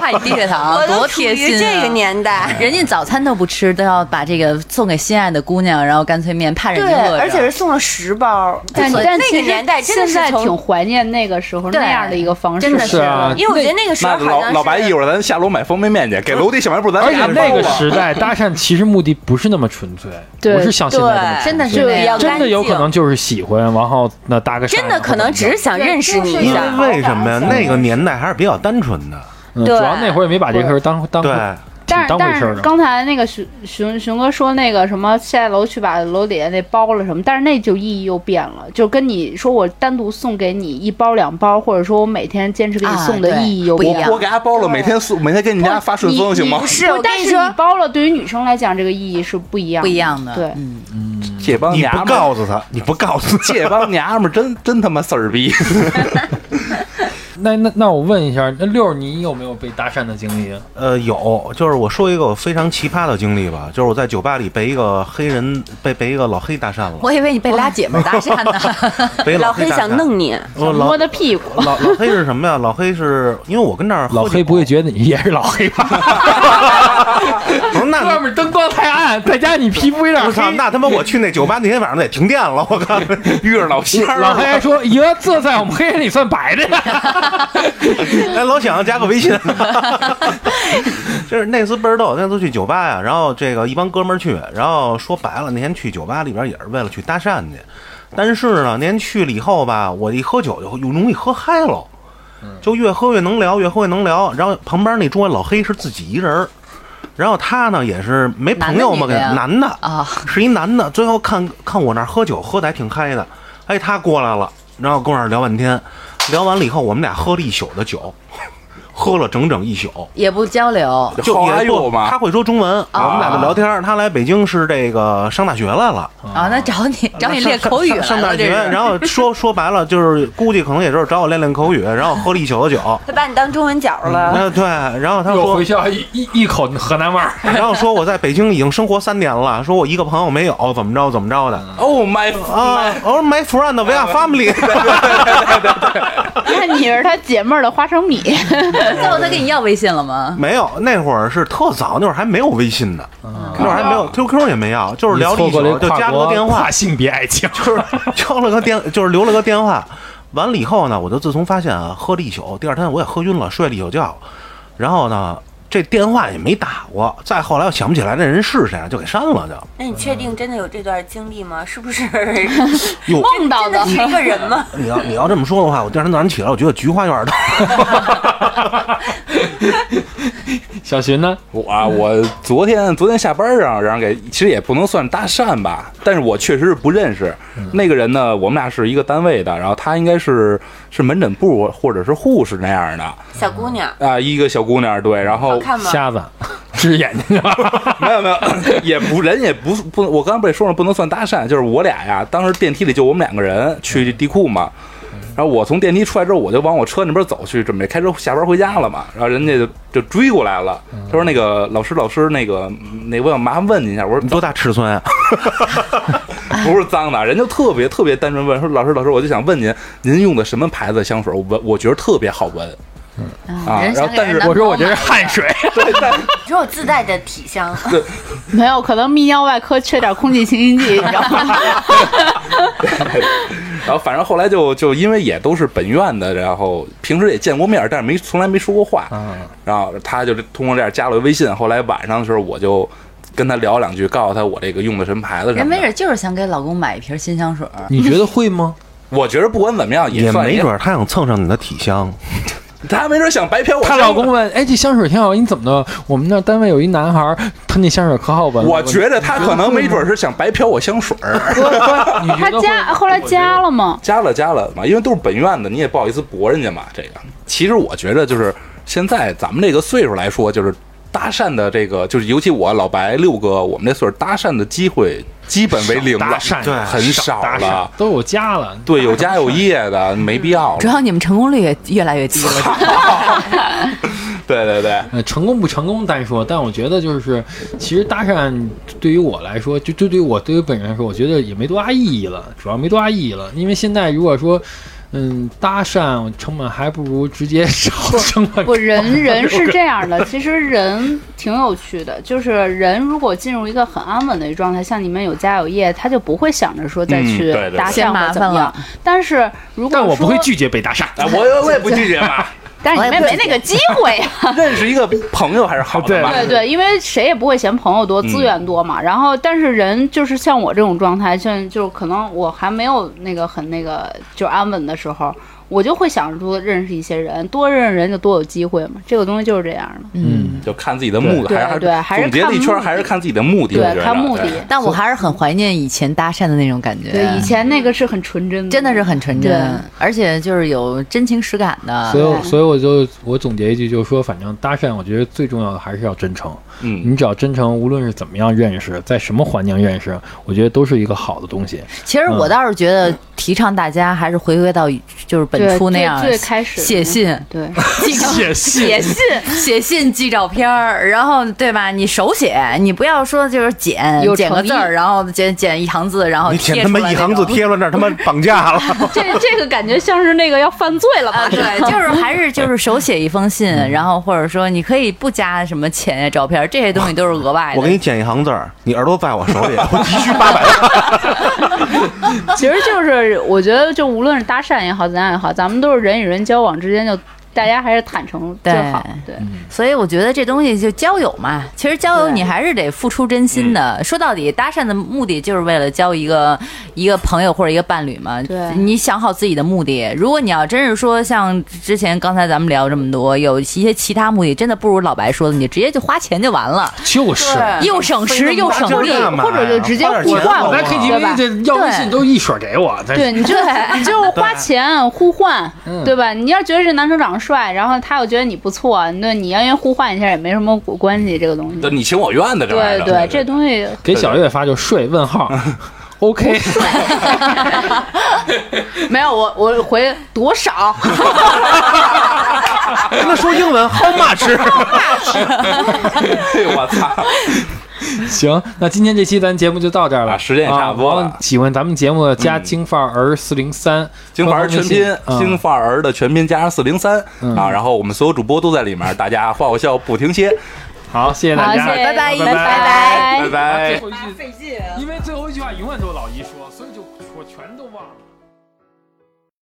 [SPEAKER 4] 怕你低血糖，多贴心、啊。
[SPEAKER 6] 这个年代。
[SPEAKER 4] 人家早餐都不吃，都要把这个送给心爱的姑娘，然后干脆面，怕人
[SPEAKER 6] 对
[SPEAKER 4] 家饿着。，
[SPEAKER 6] 而且是送了十包。
[SPEAKER 5] 但
[SPEAKER 4] 所以
[SPEAKER 5] 但
[SPEAKER 6] 那
[SPEAKER 5] 其
[SPEAKER 6] 个
[SPEAKER 5] 实
[SPEAKER 6] 年代真的
[SPEAKER 5] 现
[SPEAKER 6] 是
[SPEAKER 5] 在
[SPEAKER 6] 从
[SPEAKER 5] 挺怀念那个时候
[SPEAKER 4] 对
[SPEAKER 5] 那样的一个方式，
[SPEAKER 4] 真的
[SPEAKER 1] 是啊，
[SPEAKER 6] 因为我觉得那个时
[SPEAKER 2] 那
[SPEAKER 6] 候好像
[SPEAKER 2] 老
[SPEAKER 6] 是
[SPEAKER 2] 老白一会儿咱下楼买方便面去，给楼底小卖部咱
[SPEAKER 1] 而
[SPEAKER 2] 俩啊
[SPEAKER 1] 且那个时 代搭讪其实目的不是那么纯粹，
[SPEAKER 5] 对
[SPEAKER 1] 不是像现在这么
[SPEAKER 6] 对，
[SPEAKER 1] 纯
[SPEAKER 4] 真的
[SPEAKER 1] 粹
[SPEAKER 4] 是那样
[SPEAKER 6] 要干
[SPEAKER 1] 真的
[SPEAKER 6] 净
[SPEAKER 1] 有可能就是喜欢，然后那搭个讪，啊
[SPEAKER 6] 真的可能只是想认识你一
[SPEAKER 3] 因为
[SPEAKER 6] 下。
[SPEAKER 3] 为什么呀？那个年代还是比较单纯的，
[SPEAKER 1] 嗯主
[SPEAKER 6] 对
[SPEAKER 1] 要那会儿也没把这事儿当当
[SPEAKER 3] 对，
[SPEAKER 5] 但是
[SPEAKER 1] 当回
[SPEAKER 5] 但
[SPEAKER 1] 事儿
[SPEAKER 5] 是
[SPEAKER 1] 呢
[SPEAKER 5] 刚才那个熊熊熊哥说那个什么下楼去把楼底下那包了什么，但是那就意义又变了，就跟你说我单独送给你一包两包，或者说我每天坚持给你
[SPEAKER 4] 啊
[SPEAKER 5] 送的
[SPEAKER 4] 对
[SPEAKER 5] 意义又
[SPEAKER 4] 不一样
[SPEAKER 5] 样。
[SPEAKER 2] 我我给他包了，每天送每天给你家发顺丰行吗
[SPEAKER 6] 不？是，
[SPEAKER 5] 不
[SPEAKER 6] 我
[SPEAKER 5] 但
[SPEAKER 6] 跟你
[SPEAKER 5] 是
[SPEAKER 6] 说
[SPEAKER 5] 你，包了，对于女生来讲，这个意义是不一样
[SPEAKER 4] 不一样的，
[SPEAKER 5] 对，
[SPEAKER 4] 嗯，
[SPEAKER 2] 这帮
[SPEAKER 3] 你
[SPEAKER 2] 娘
[SPEAKER 3] 不
[SPEAKER 2] 们儿，
[SPEAKER 3] 告诉他，你不告诉他，
[SPEAKER 2] 这帮娘们儿真真他妈事儿逼。
[SPEAKER 1] 那那那我问一下，那六儿你有没有被搭讪的经历啊？
[SPEAKER 3] 呃，有，就是我说一个我非常奇葩的经历吧，就是我在酒吧里被一个黑人被被一个老黑搭讪了，
[SPEAKER 4] 我以为你被拉姐们儿搭讪 呢，
[SPEAKER 3] 被一
[SPEAKER 6] 老
[SPEAKER 3] 黑
[SPEAKER 6] 黑
[SPEAKER 3] 搭讪
[SPEAKER 6] 想弄你，
[SPEAKER 3] 我
[SPEAKER 5] 摸
[SPEAKER 3] 老
[SPEAKER 5] 他屁股。
[SPEAKER 3] 老老黑是什么呀？老黑是因为我跟那儿喝
[SPEAKER 1] 老黑
[SPEAKER 3] 酒
[SPEAKER 1] 不会觉得你也是老黑吧？
[SPEAKER 3] 不是那
[SPEAKER 1] 外面灯光太暗，在家你皮肤 有点
[SPEAKER 3] 我
[SPEAKER 1] 黑
[SPEAKER 3] 操，。那他妈我去那酒吧那天晚上得停电了，我靠，遇着老乡儿啊
[SPEAKER 1] 老黑
[SPEAKER 3] 了，
[SPEAKER 1] 还说：“哟，这在我们黑人里算白的呀。
[SPEAKER 3] 哎，老想加个微信， 就是那次倍儿逗，那次去酒吧呀，然后这个一帮哥们儿去，然后说白了那天去酒吧里边也是为了去搭讪去，但是呢，那天去了以后吧，我一喝酒就容易喝嗨了。就越喝越能聊，越喝越能聊。然后旁边那桌老黑是自己一人儿，然后他呢也是没朋友嘛，
[SPEAKER 4] 男的女
[SPEAKER 3] 给
[SPEAKER 4] 的呀
[SPEAKER 3] 男的
[SPEAKER 4] 啊，
[SPEAKER 3] 是一男的，最后看看我那儿喝酒喝的还挺嗨的，哎，他过来了，然后跟我那儿聊半天，聊完了以后，我们俩喝了一宿的酒， 喝了整整一宿。
[SPEAKER 4] 也不 交流，
[SPEAKER 3] 就
[SPEAKER 2] How
[SPEAKER 3] 也
[SPEAKER 2] are
[SPEAKER 3] 不
[SPEAKER 2] you 嘛
[SPEAKER 3] 他会说中文，
[SPEAKER 1] 啊
[SPEAKER 3] 啊我们俩就聊天儿。他来北京是这个上大学来 了，
[SPEAKER 4] 啊，那找你找你练口语
[SPEAKER 3] 上上上
[SPEAKER 4] 来
[SPEAKER 3] 大
[SPEAKER 4] 了，这
[SPEAKER 3] 学，
[SPEAKER 4] 是
[SPEAKER 3] 然后说说白了就是估计可能也就是找我练练口语，然后喝了一宿的酒。
[SPEAKER 6] 他把你当中文角了。
[SPEAKER 3] 那对，然后”他
[SPEAKER 1] 又
[SPEAKER 3] 说
[SPEAKER 1] 回，校一一一口河南味儿。
[SPEAKER 3] 然后说我在北京已经生活三年了，说我一个朋友没有，怎么着怎 么着的
[SPEAKER 2] Oh my
[SPEAKER 3] 啊
[SPEAKER 2] my！，
[SPEAKER 3] 我说 my friend we are family，
[SPEAKER 5] 那你是他姐妹儿的花生米，
[SPEAKER 4] 最后他跟你要微信了吗？
[SPEAKER 3] 没有，那会儿是特早，那会儿还没有微信呢，那会儿还没有 QQ 也没要，就是聊了一
[SPEAKER 1] 啊你错过了
[SPEAKER 3] 宿，
[SPEAKER 1] 一
[SPEAKER 3] 就
[SPEAKER 1] 跨
[SPEAKER 3] 加了
[SPEAKER 1] 国
[SPEAKER 3] 个电话
[SPEAKER 1] 跨，性别爱情。
[SPEAKER 3] 就是 交了个电，就是留了个电话。完了以后呢，我就自从发现啊，喝了一宿，第二天我也喝晕了，睡了一宿觉，然后呢，这电话也没打过。再后来我想不起来这人是谁了，就给删了就。
[SPEAKER 6] 那你确定真的有这段经历吗？是不 是
[SPEAKER 3] 哟，
[SPEAKER 5] 梦到
[SPEAKER 6] 真的
[SPEAKER 5] 的
[SPEAKER 6] 是一个人吗？
[SPEAKER 3] 你要你要这么说的话，我第二天早上起来，我觉得菊花有点痛。
[SPEAKER 1] 小寻呢？
[SPEAKER 2] 我啊我昨天昨天下班让让人给，其实也不能算搭讪吧，但是我确实是不认识那个人呢。我们俩是一个单位的，然后他应该是是门诊部或者是护士那样的
[SPEAKER 6] 小姑娘，
[SPEAKER 2] 啊，一个小姑娘对，然
[SPEAKER 6] 好
[SPEAKER 2] 后
[SPEAKER 6] 看吗？
[SPEAKER 1] 瞎子， 治眼睛去了。
[SPEAKER 2] 没有没有， 也不人也不不，我刚才不也说了，不能算搭讪，就是我俩呀，当时电梯里就我们两个人去地库嘛。然后我从电梯出来之后，我就往我车那边走去，准备开车下班回家了嘛。然后人家就就追过来了，他说：“那个老师，老师，那个那我想麻烦问您一下。”我 说
[SPEAKER 3] 你：“多大尺寸啊？
[SPEAKER 2] 不是脏的，啊人就特别特别单纯问说：“老师，老师，我就想问您，您用的什么牌子的香水？我闻，我觉得特别好闻。”啊，然后
[SPEAKER 4] 人想给
[SPEAKER 2] 但
[SPEAKER 4] 人
[SPEAKER 2] 是
[SPEAKER 4] 拿
[SPEAKER 1] 我说我这是汗水。
[SPEAKER 6] 只有自带的体香，
[SPEAKER 5] 没有，可能泌尿外科缺点空气清新剂，你知道吗？
[SPEAKER 2] 然后反正后来就就因为也都是本院的，然后平时也见过面，但是没从来没说过话。然后他就通过这样加了微信。后来晚上的时候，我就跟他聊两句，告诉他我这个用的什么牌子什
[SPEAKER 4] 人
[SPEAKER 2] 么
[SPEAKER 4] 没
[SPEAKER 2] 的。
[SPEAKER 4] 准就是想给老公买一瓶新香水儿，
[SPEAKER 1] 你觉得会吗？
[SPEAKER 2] 我觉得不管怎么样
[SPEAKER 3] 也
[SPEAKER 2] 算
[SPEAKER 3] 没准儿他想蹭上你的体香。
[SPEAKER 2] 他没准想白嫖我。
[SPEAKER 1] 她老公，问：“哎，这香水挺好闻，你怎么的？我们那单位有一男孩儿，他那香水可好闻了。”
[SPEAKER 2] 我觉得他可能没准是想白嫖我香水儿。
[SPEAKER 1] 得你
[SPEAKER 5] 他
[SPEAKER 1] 觉得会
[SPEAKER 5] 加后来加了吗？
[SPEAKER 2] 加了加了嘛，因为都是本院的，你也不好意思驳人家嘛。这个，其实我觉得就是现在咱们这个岁数来说，就是搭讪的这个，就是尤其我老白六哥，我们这岁数搭讪的机会基本为零了，
[SPEAKER 1] 搭讪
[SPEAKER 3] 对
[SPEAKER 2] 很少
[SPEAKER 1] 搭讪
[SPEAKER 2] 了。
[SPEAKER 1] 都有加了。
[SPEAKER 2] 对，有家有业的，没必要
[SPEAKER 4] 主
[SPEAKER 2] 了。
[SPEAKER 4] 要你们成功率也越来越低 了。
[SPEAKER 2] 对对哎对，
[SPEAKER 1] 呃，成功不成功单说，但我觉得就是，其实搭讪对于我来说，就就对于我对于本人来说，我觉得也没多大意义了，主要没多大意义了，因为现在如果说，嗯，搭讪成本还不如直接 少成本
[SPEAKER 5] 不，人人是这样的，其实人挺有趣的，就是人如果进入一个很安稳的一个状态，像你们有家有业，他就不会想着说再
[SPEAKER 2] 嗯
[SPEAKER 5] 去
[SPEAKER 2] 对对
[SPEAKER 5] 搭
[SPEAKER 4] 嫌
[SPEAKER 5] 讪
[SPEAKER 4] 麻
[SPEAKER 5] 或怎
[SPEAKER 4] 烦
[SPEAKER 5] 么样
[SPEAKER 4] 了。
[SPEAKER 5] 但是如果
[SPEAKER 1] 但我不会
[SPEAKER 5] 说，
[SPEAKER 1] 拒绝被搭讪。
[SPEAKER 2] 啊，我我也不拒绝嘛，
[SPEAKER 5] 但是你们也
[SPEAKER 4] 我也
[SPEAKER 5] 没
[SPEAKER 4] 不
[SPEAKER 5] 那个机会呀。
[SPEAKER 2] 认识一个朋友还是好的 嘛。
[SPEAKER 5] 对对，因为谁也不会嫌朋友多，资源多嘛。然后，但是人就是像我这种状态，像就是可能我还没有那个很那个就安稳的时候，我就会想着多认识一些人，多认识人就多有机会嘛。这个东西就是这样的。
[SPEAKER 1] 嗯，
[SPEAKER 2] 就看自己的目的，
[SPEAKER 5] 对
[SPEAKER 2] 还
[SPEAKER 5] 对还是
[SPEAKER 2] 总结了一圈，
[SPEAKER 5] 看目的
[SPEAKER 2] 还是看自己的目的。我觉得
[SPEAKER 5] 对，看目的。
[SPEAKER 2] 对
[SPEAKER 4] 但我还是很怀念以前搭讪的那种感觉。
[SPEAKER 5] 对，以前那个是很纯真的，
[SPEAKER 4] 哎真的是很纯真
[SPEAKER 5] 对，
[SPEAKER 4] 而且就是有真情实感
[SPEAKER 5] 啊
[SPEAKER 4] 的。
[SPEAKER 1] 所以我所以我就我总结一句，就是说，反正搭讪，我觉得最重要的还是要真诚。
[SPEAKER 2] 嗯，
[SPEAKER 1] 你只要真诚，无论是怎么样认识，在什么环境认识，我觉得都是一个好的东西。
[SPEAKER 4] 其实我倒是觉得提倡大家还是回归到就是本
[SPEAKER 5] 对
[SPEAKER 4] 初那
[SPEAKER 5] 最
[SPEAKER 4] 样
[SPEAKER 5] 最开始
[SPEAKER 4] 写信、
[SPEAKER 5] 对，
[SPEAKER 4] 寄
[SPEAKER 1] 写信
[SPEAKER 4] 写信、写信、寄照片儿，然后对吧？你手写，你不要说就是剪
[SPEAKER 5] 有
[SPEAKER 4] 剪个
[SPEAKER 5] 诚意
[SPEAKER 4] 字儿，然后剪剪一行字，然后
[SPEAKER 3] 你
[SPEAKER 4] 哦贴
[SPEAKER 3] 舔他妈
[SPEAKER 4] 出来
[SPEAKER 3] 一
[SPEAKER 4] 那
[SPEAKER 3] 行字
[SPEAKER 4] 种。
[SPEAKER 3] 贴了那儿他妈绑架 了。
[SPEAKER 5] 这这个感觉像是那个要犯罪了吧
[SPEAKER 4] 啊，？对，就是还是就是手写一封信，
[SPEAKER 3] 嗯
[SPEAKER 4] 然后或者说你可以不加什么钱呀、照片儿，这些东西都是额外的。
[SPEAKER 3] 我给你剪一行字儿，你耳朵在我手 里，我急需八百万。
[SPEAKER 5] 其实就是我觉得，就无论是搭讪也好，怎样也好，咱们都是人与人交往之间就。大家还是坦诚最好，对，
[SPEAKER 1] 嗯
[SPEAKER 4] 所以我觉得这东西就交友嘛，其实交友
[SPEAKER 5] 对
[SPEAKER 4] 你还是得付出真
[SPEAKER 3] 嗯
[SPEAKER 4] 心的。说到底，搭讪的目的就是为了交一个一个朋友或者一个伴侣嘛。
[SPEAKER 5] 对
[SPEAKER 4] 你想好自己的目的。如果你要真是说像之前刚才咱们聊这么多，有一些其他目的，真的不如老白说的，你直接就花钱就完了，
[SPEAKER 1] 就是
[SPEAKER 3] 哎
[SPEAKER 6] 对
[SPEAKER 4] 又 省时又省力。
[SPEAKER 3] 干嘛呀
[SPEAKER 5] 或者就直接
[SPEAKER 3] 花点
[SPEAKER 5] 互
[SPEAKER 3] 钱
[SPEAKER 5] 换
[SPEAKER 3] 好
[SPEAKER 1] 我
[SPEAKER 3] 不
[SPEAKER 1] 在
[SPEAKER 3] 好
[SPEAKER 5] 对吧
[SPEAKER 1] KTV 这要微信都一水给我，在嗯
[SPEAKER 5] 对，你 就你就花钱互换，对吧？你要觉得这男生长得帅，然后他又觉得你不错，那你要因为互换一下也没什么关系，这个东西。
[SPEAKER 2] 就你情我愿的这玩意
[SPEAKER 5] 对
[SPEAKER 2] 儿
[SPEAKER 5] 对， 这东西
[SPEAKER 1] 给小月发就睡问 号，OK，
[SPEAKER 5] 没有我我回多少，
[SPEAKER 3] 那说英文 how much？
[SPEAKER 2] 对，哎我 操，
[SPEAKER 1] 行，那今天这期咱节目就到这儿了，
[SPEAKER 2] 啊时间也差不多了嗯
[SPEAKER 1] 啊我喜欢咱们节目的加京范儿四零三，
[SPEAKER 2] 京范儿全拼，京
[SPEAKER 1] 嗯，
[SPEAKER 2] 范儿的全拼加上四零三啊，然后我们所有主播都在里面，大家话我笑不停歇，
[SPEAKER 1] 好，谢谢
[SPEAKER 5] 好，
[SPEAKER 1] 大
[SPEAKER 5] 谢
[SPEAKER 1] 家，哎
[SPEAKER 5] 谢，
[SPEAKER 1] 拜
[SPEAKER 5] 拜
[SPEAKER 1] 拜
[SPEAKER 2] 拜拜。
[SPEAKER 5] 哎
[SPEAKER 1] 最后一句，因为最后一句话永远都是老姨说，所以就我全都忘了。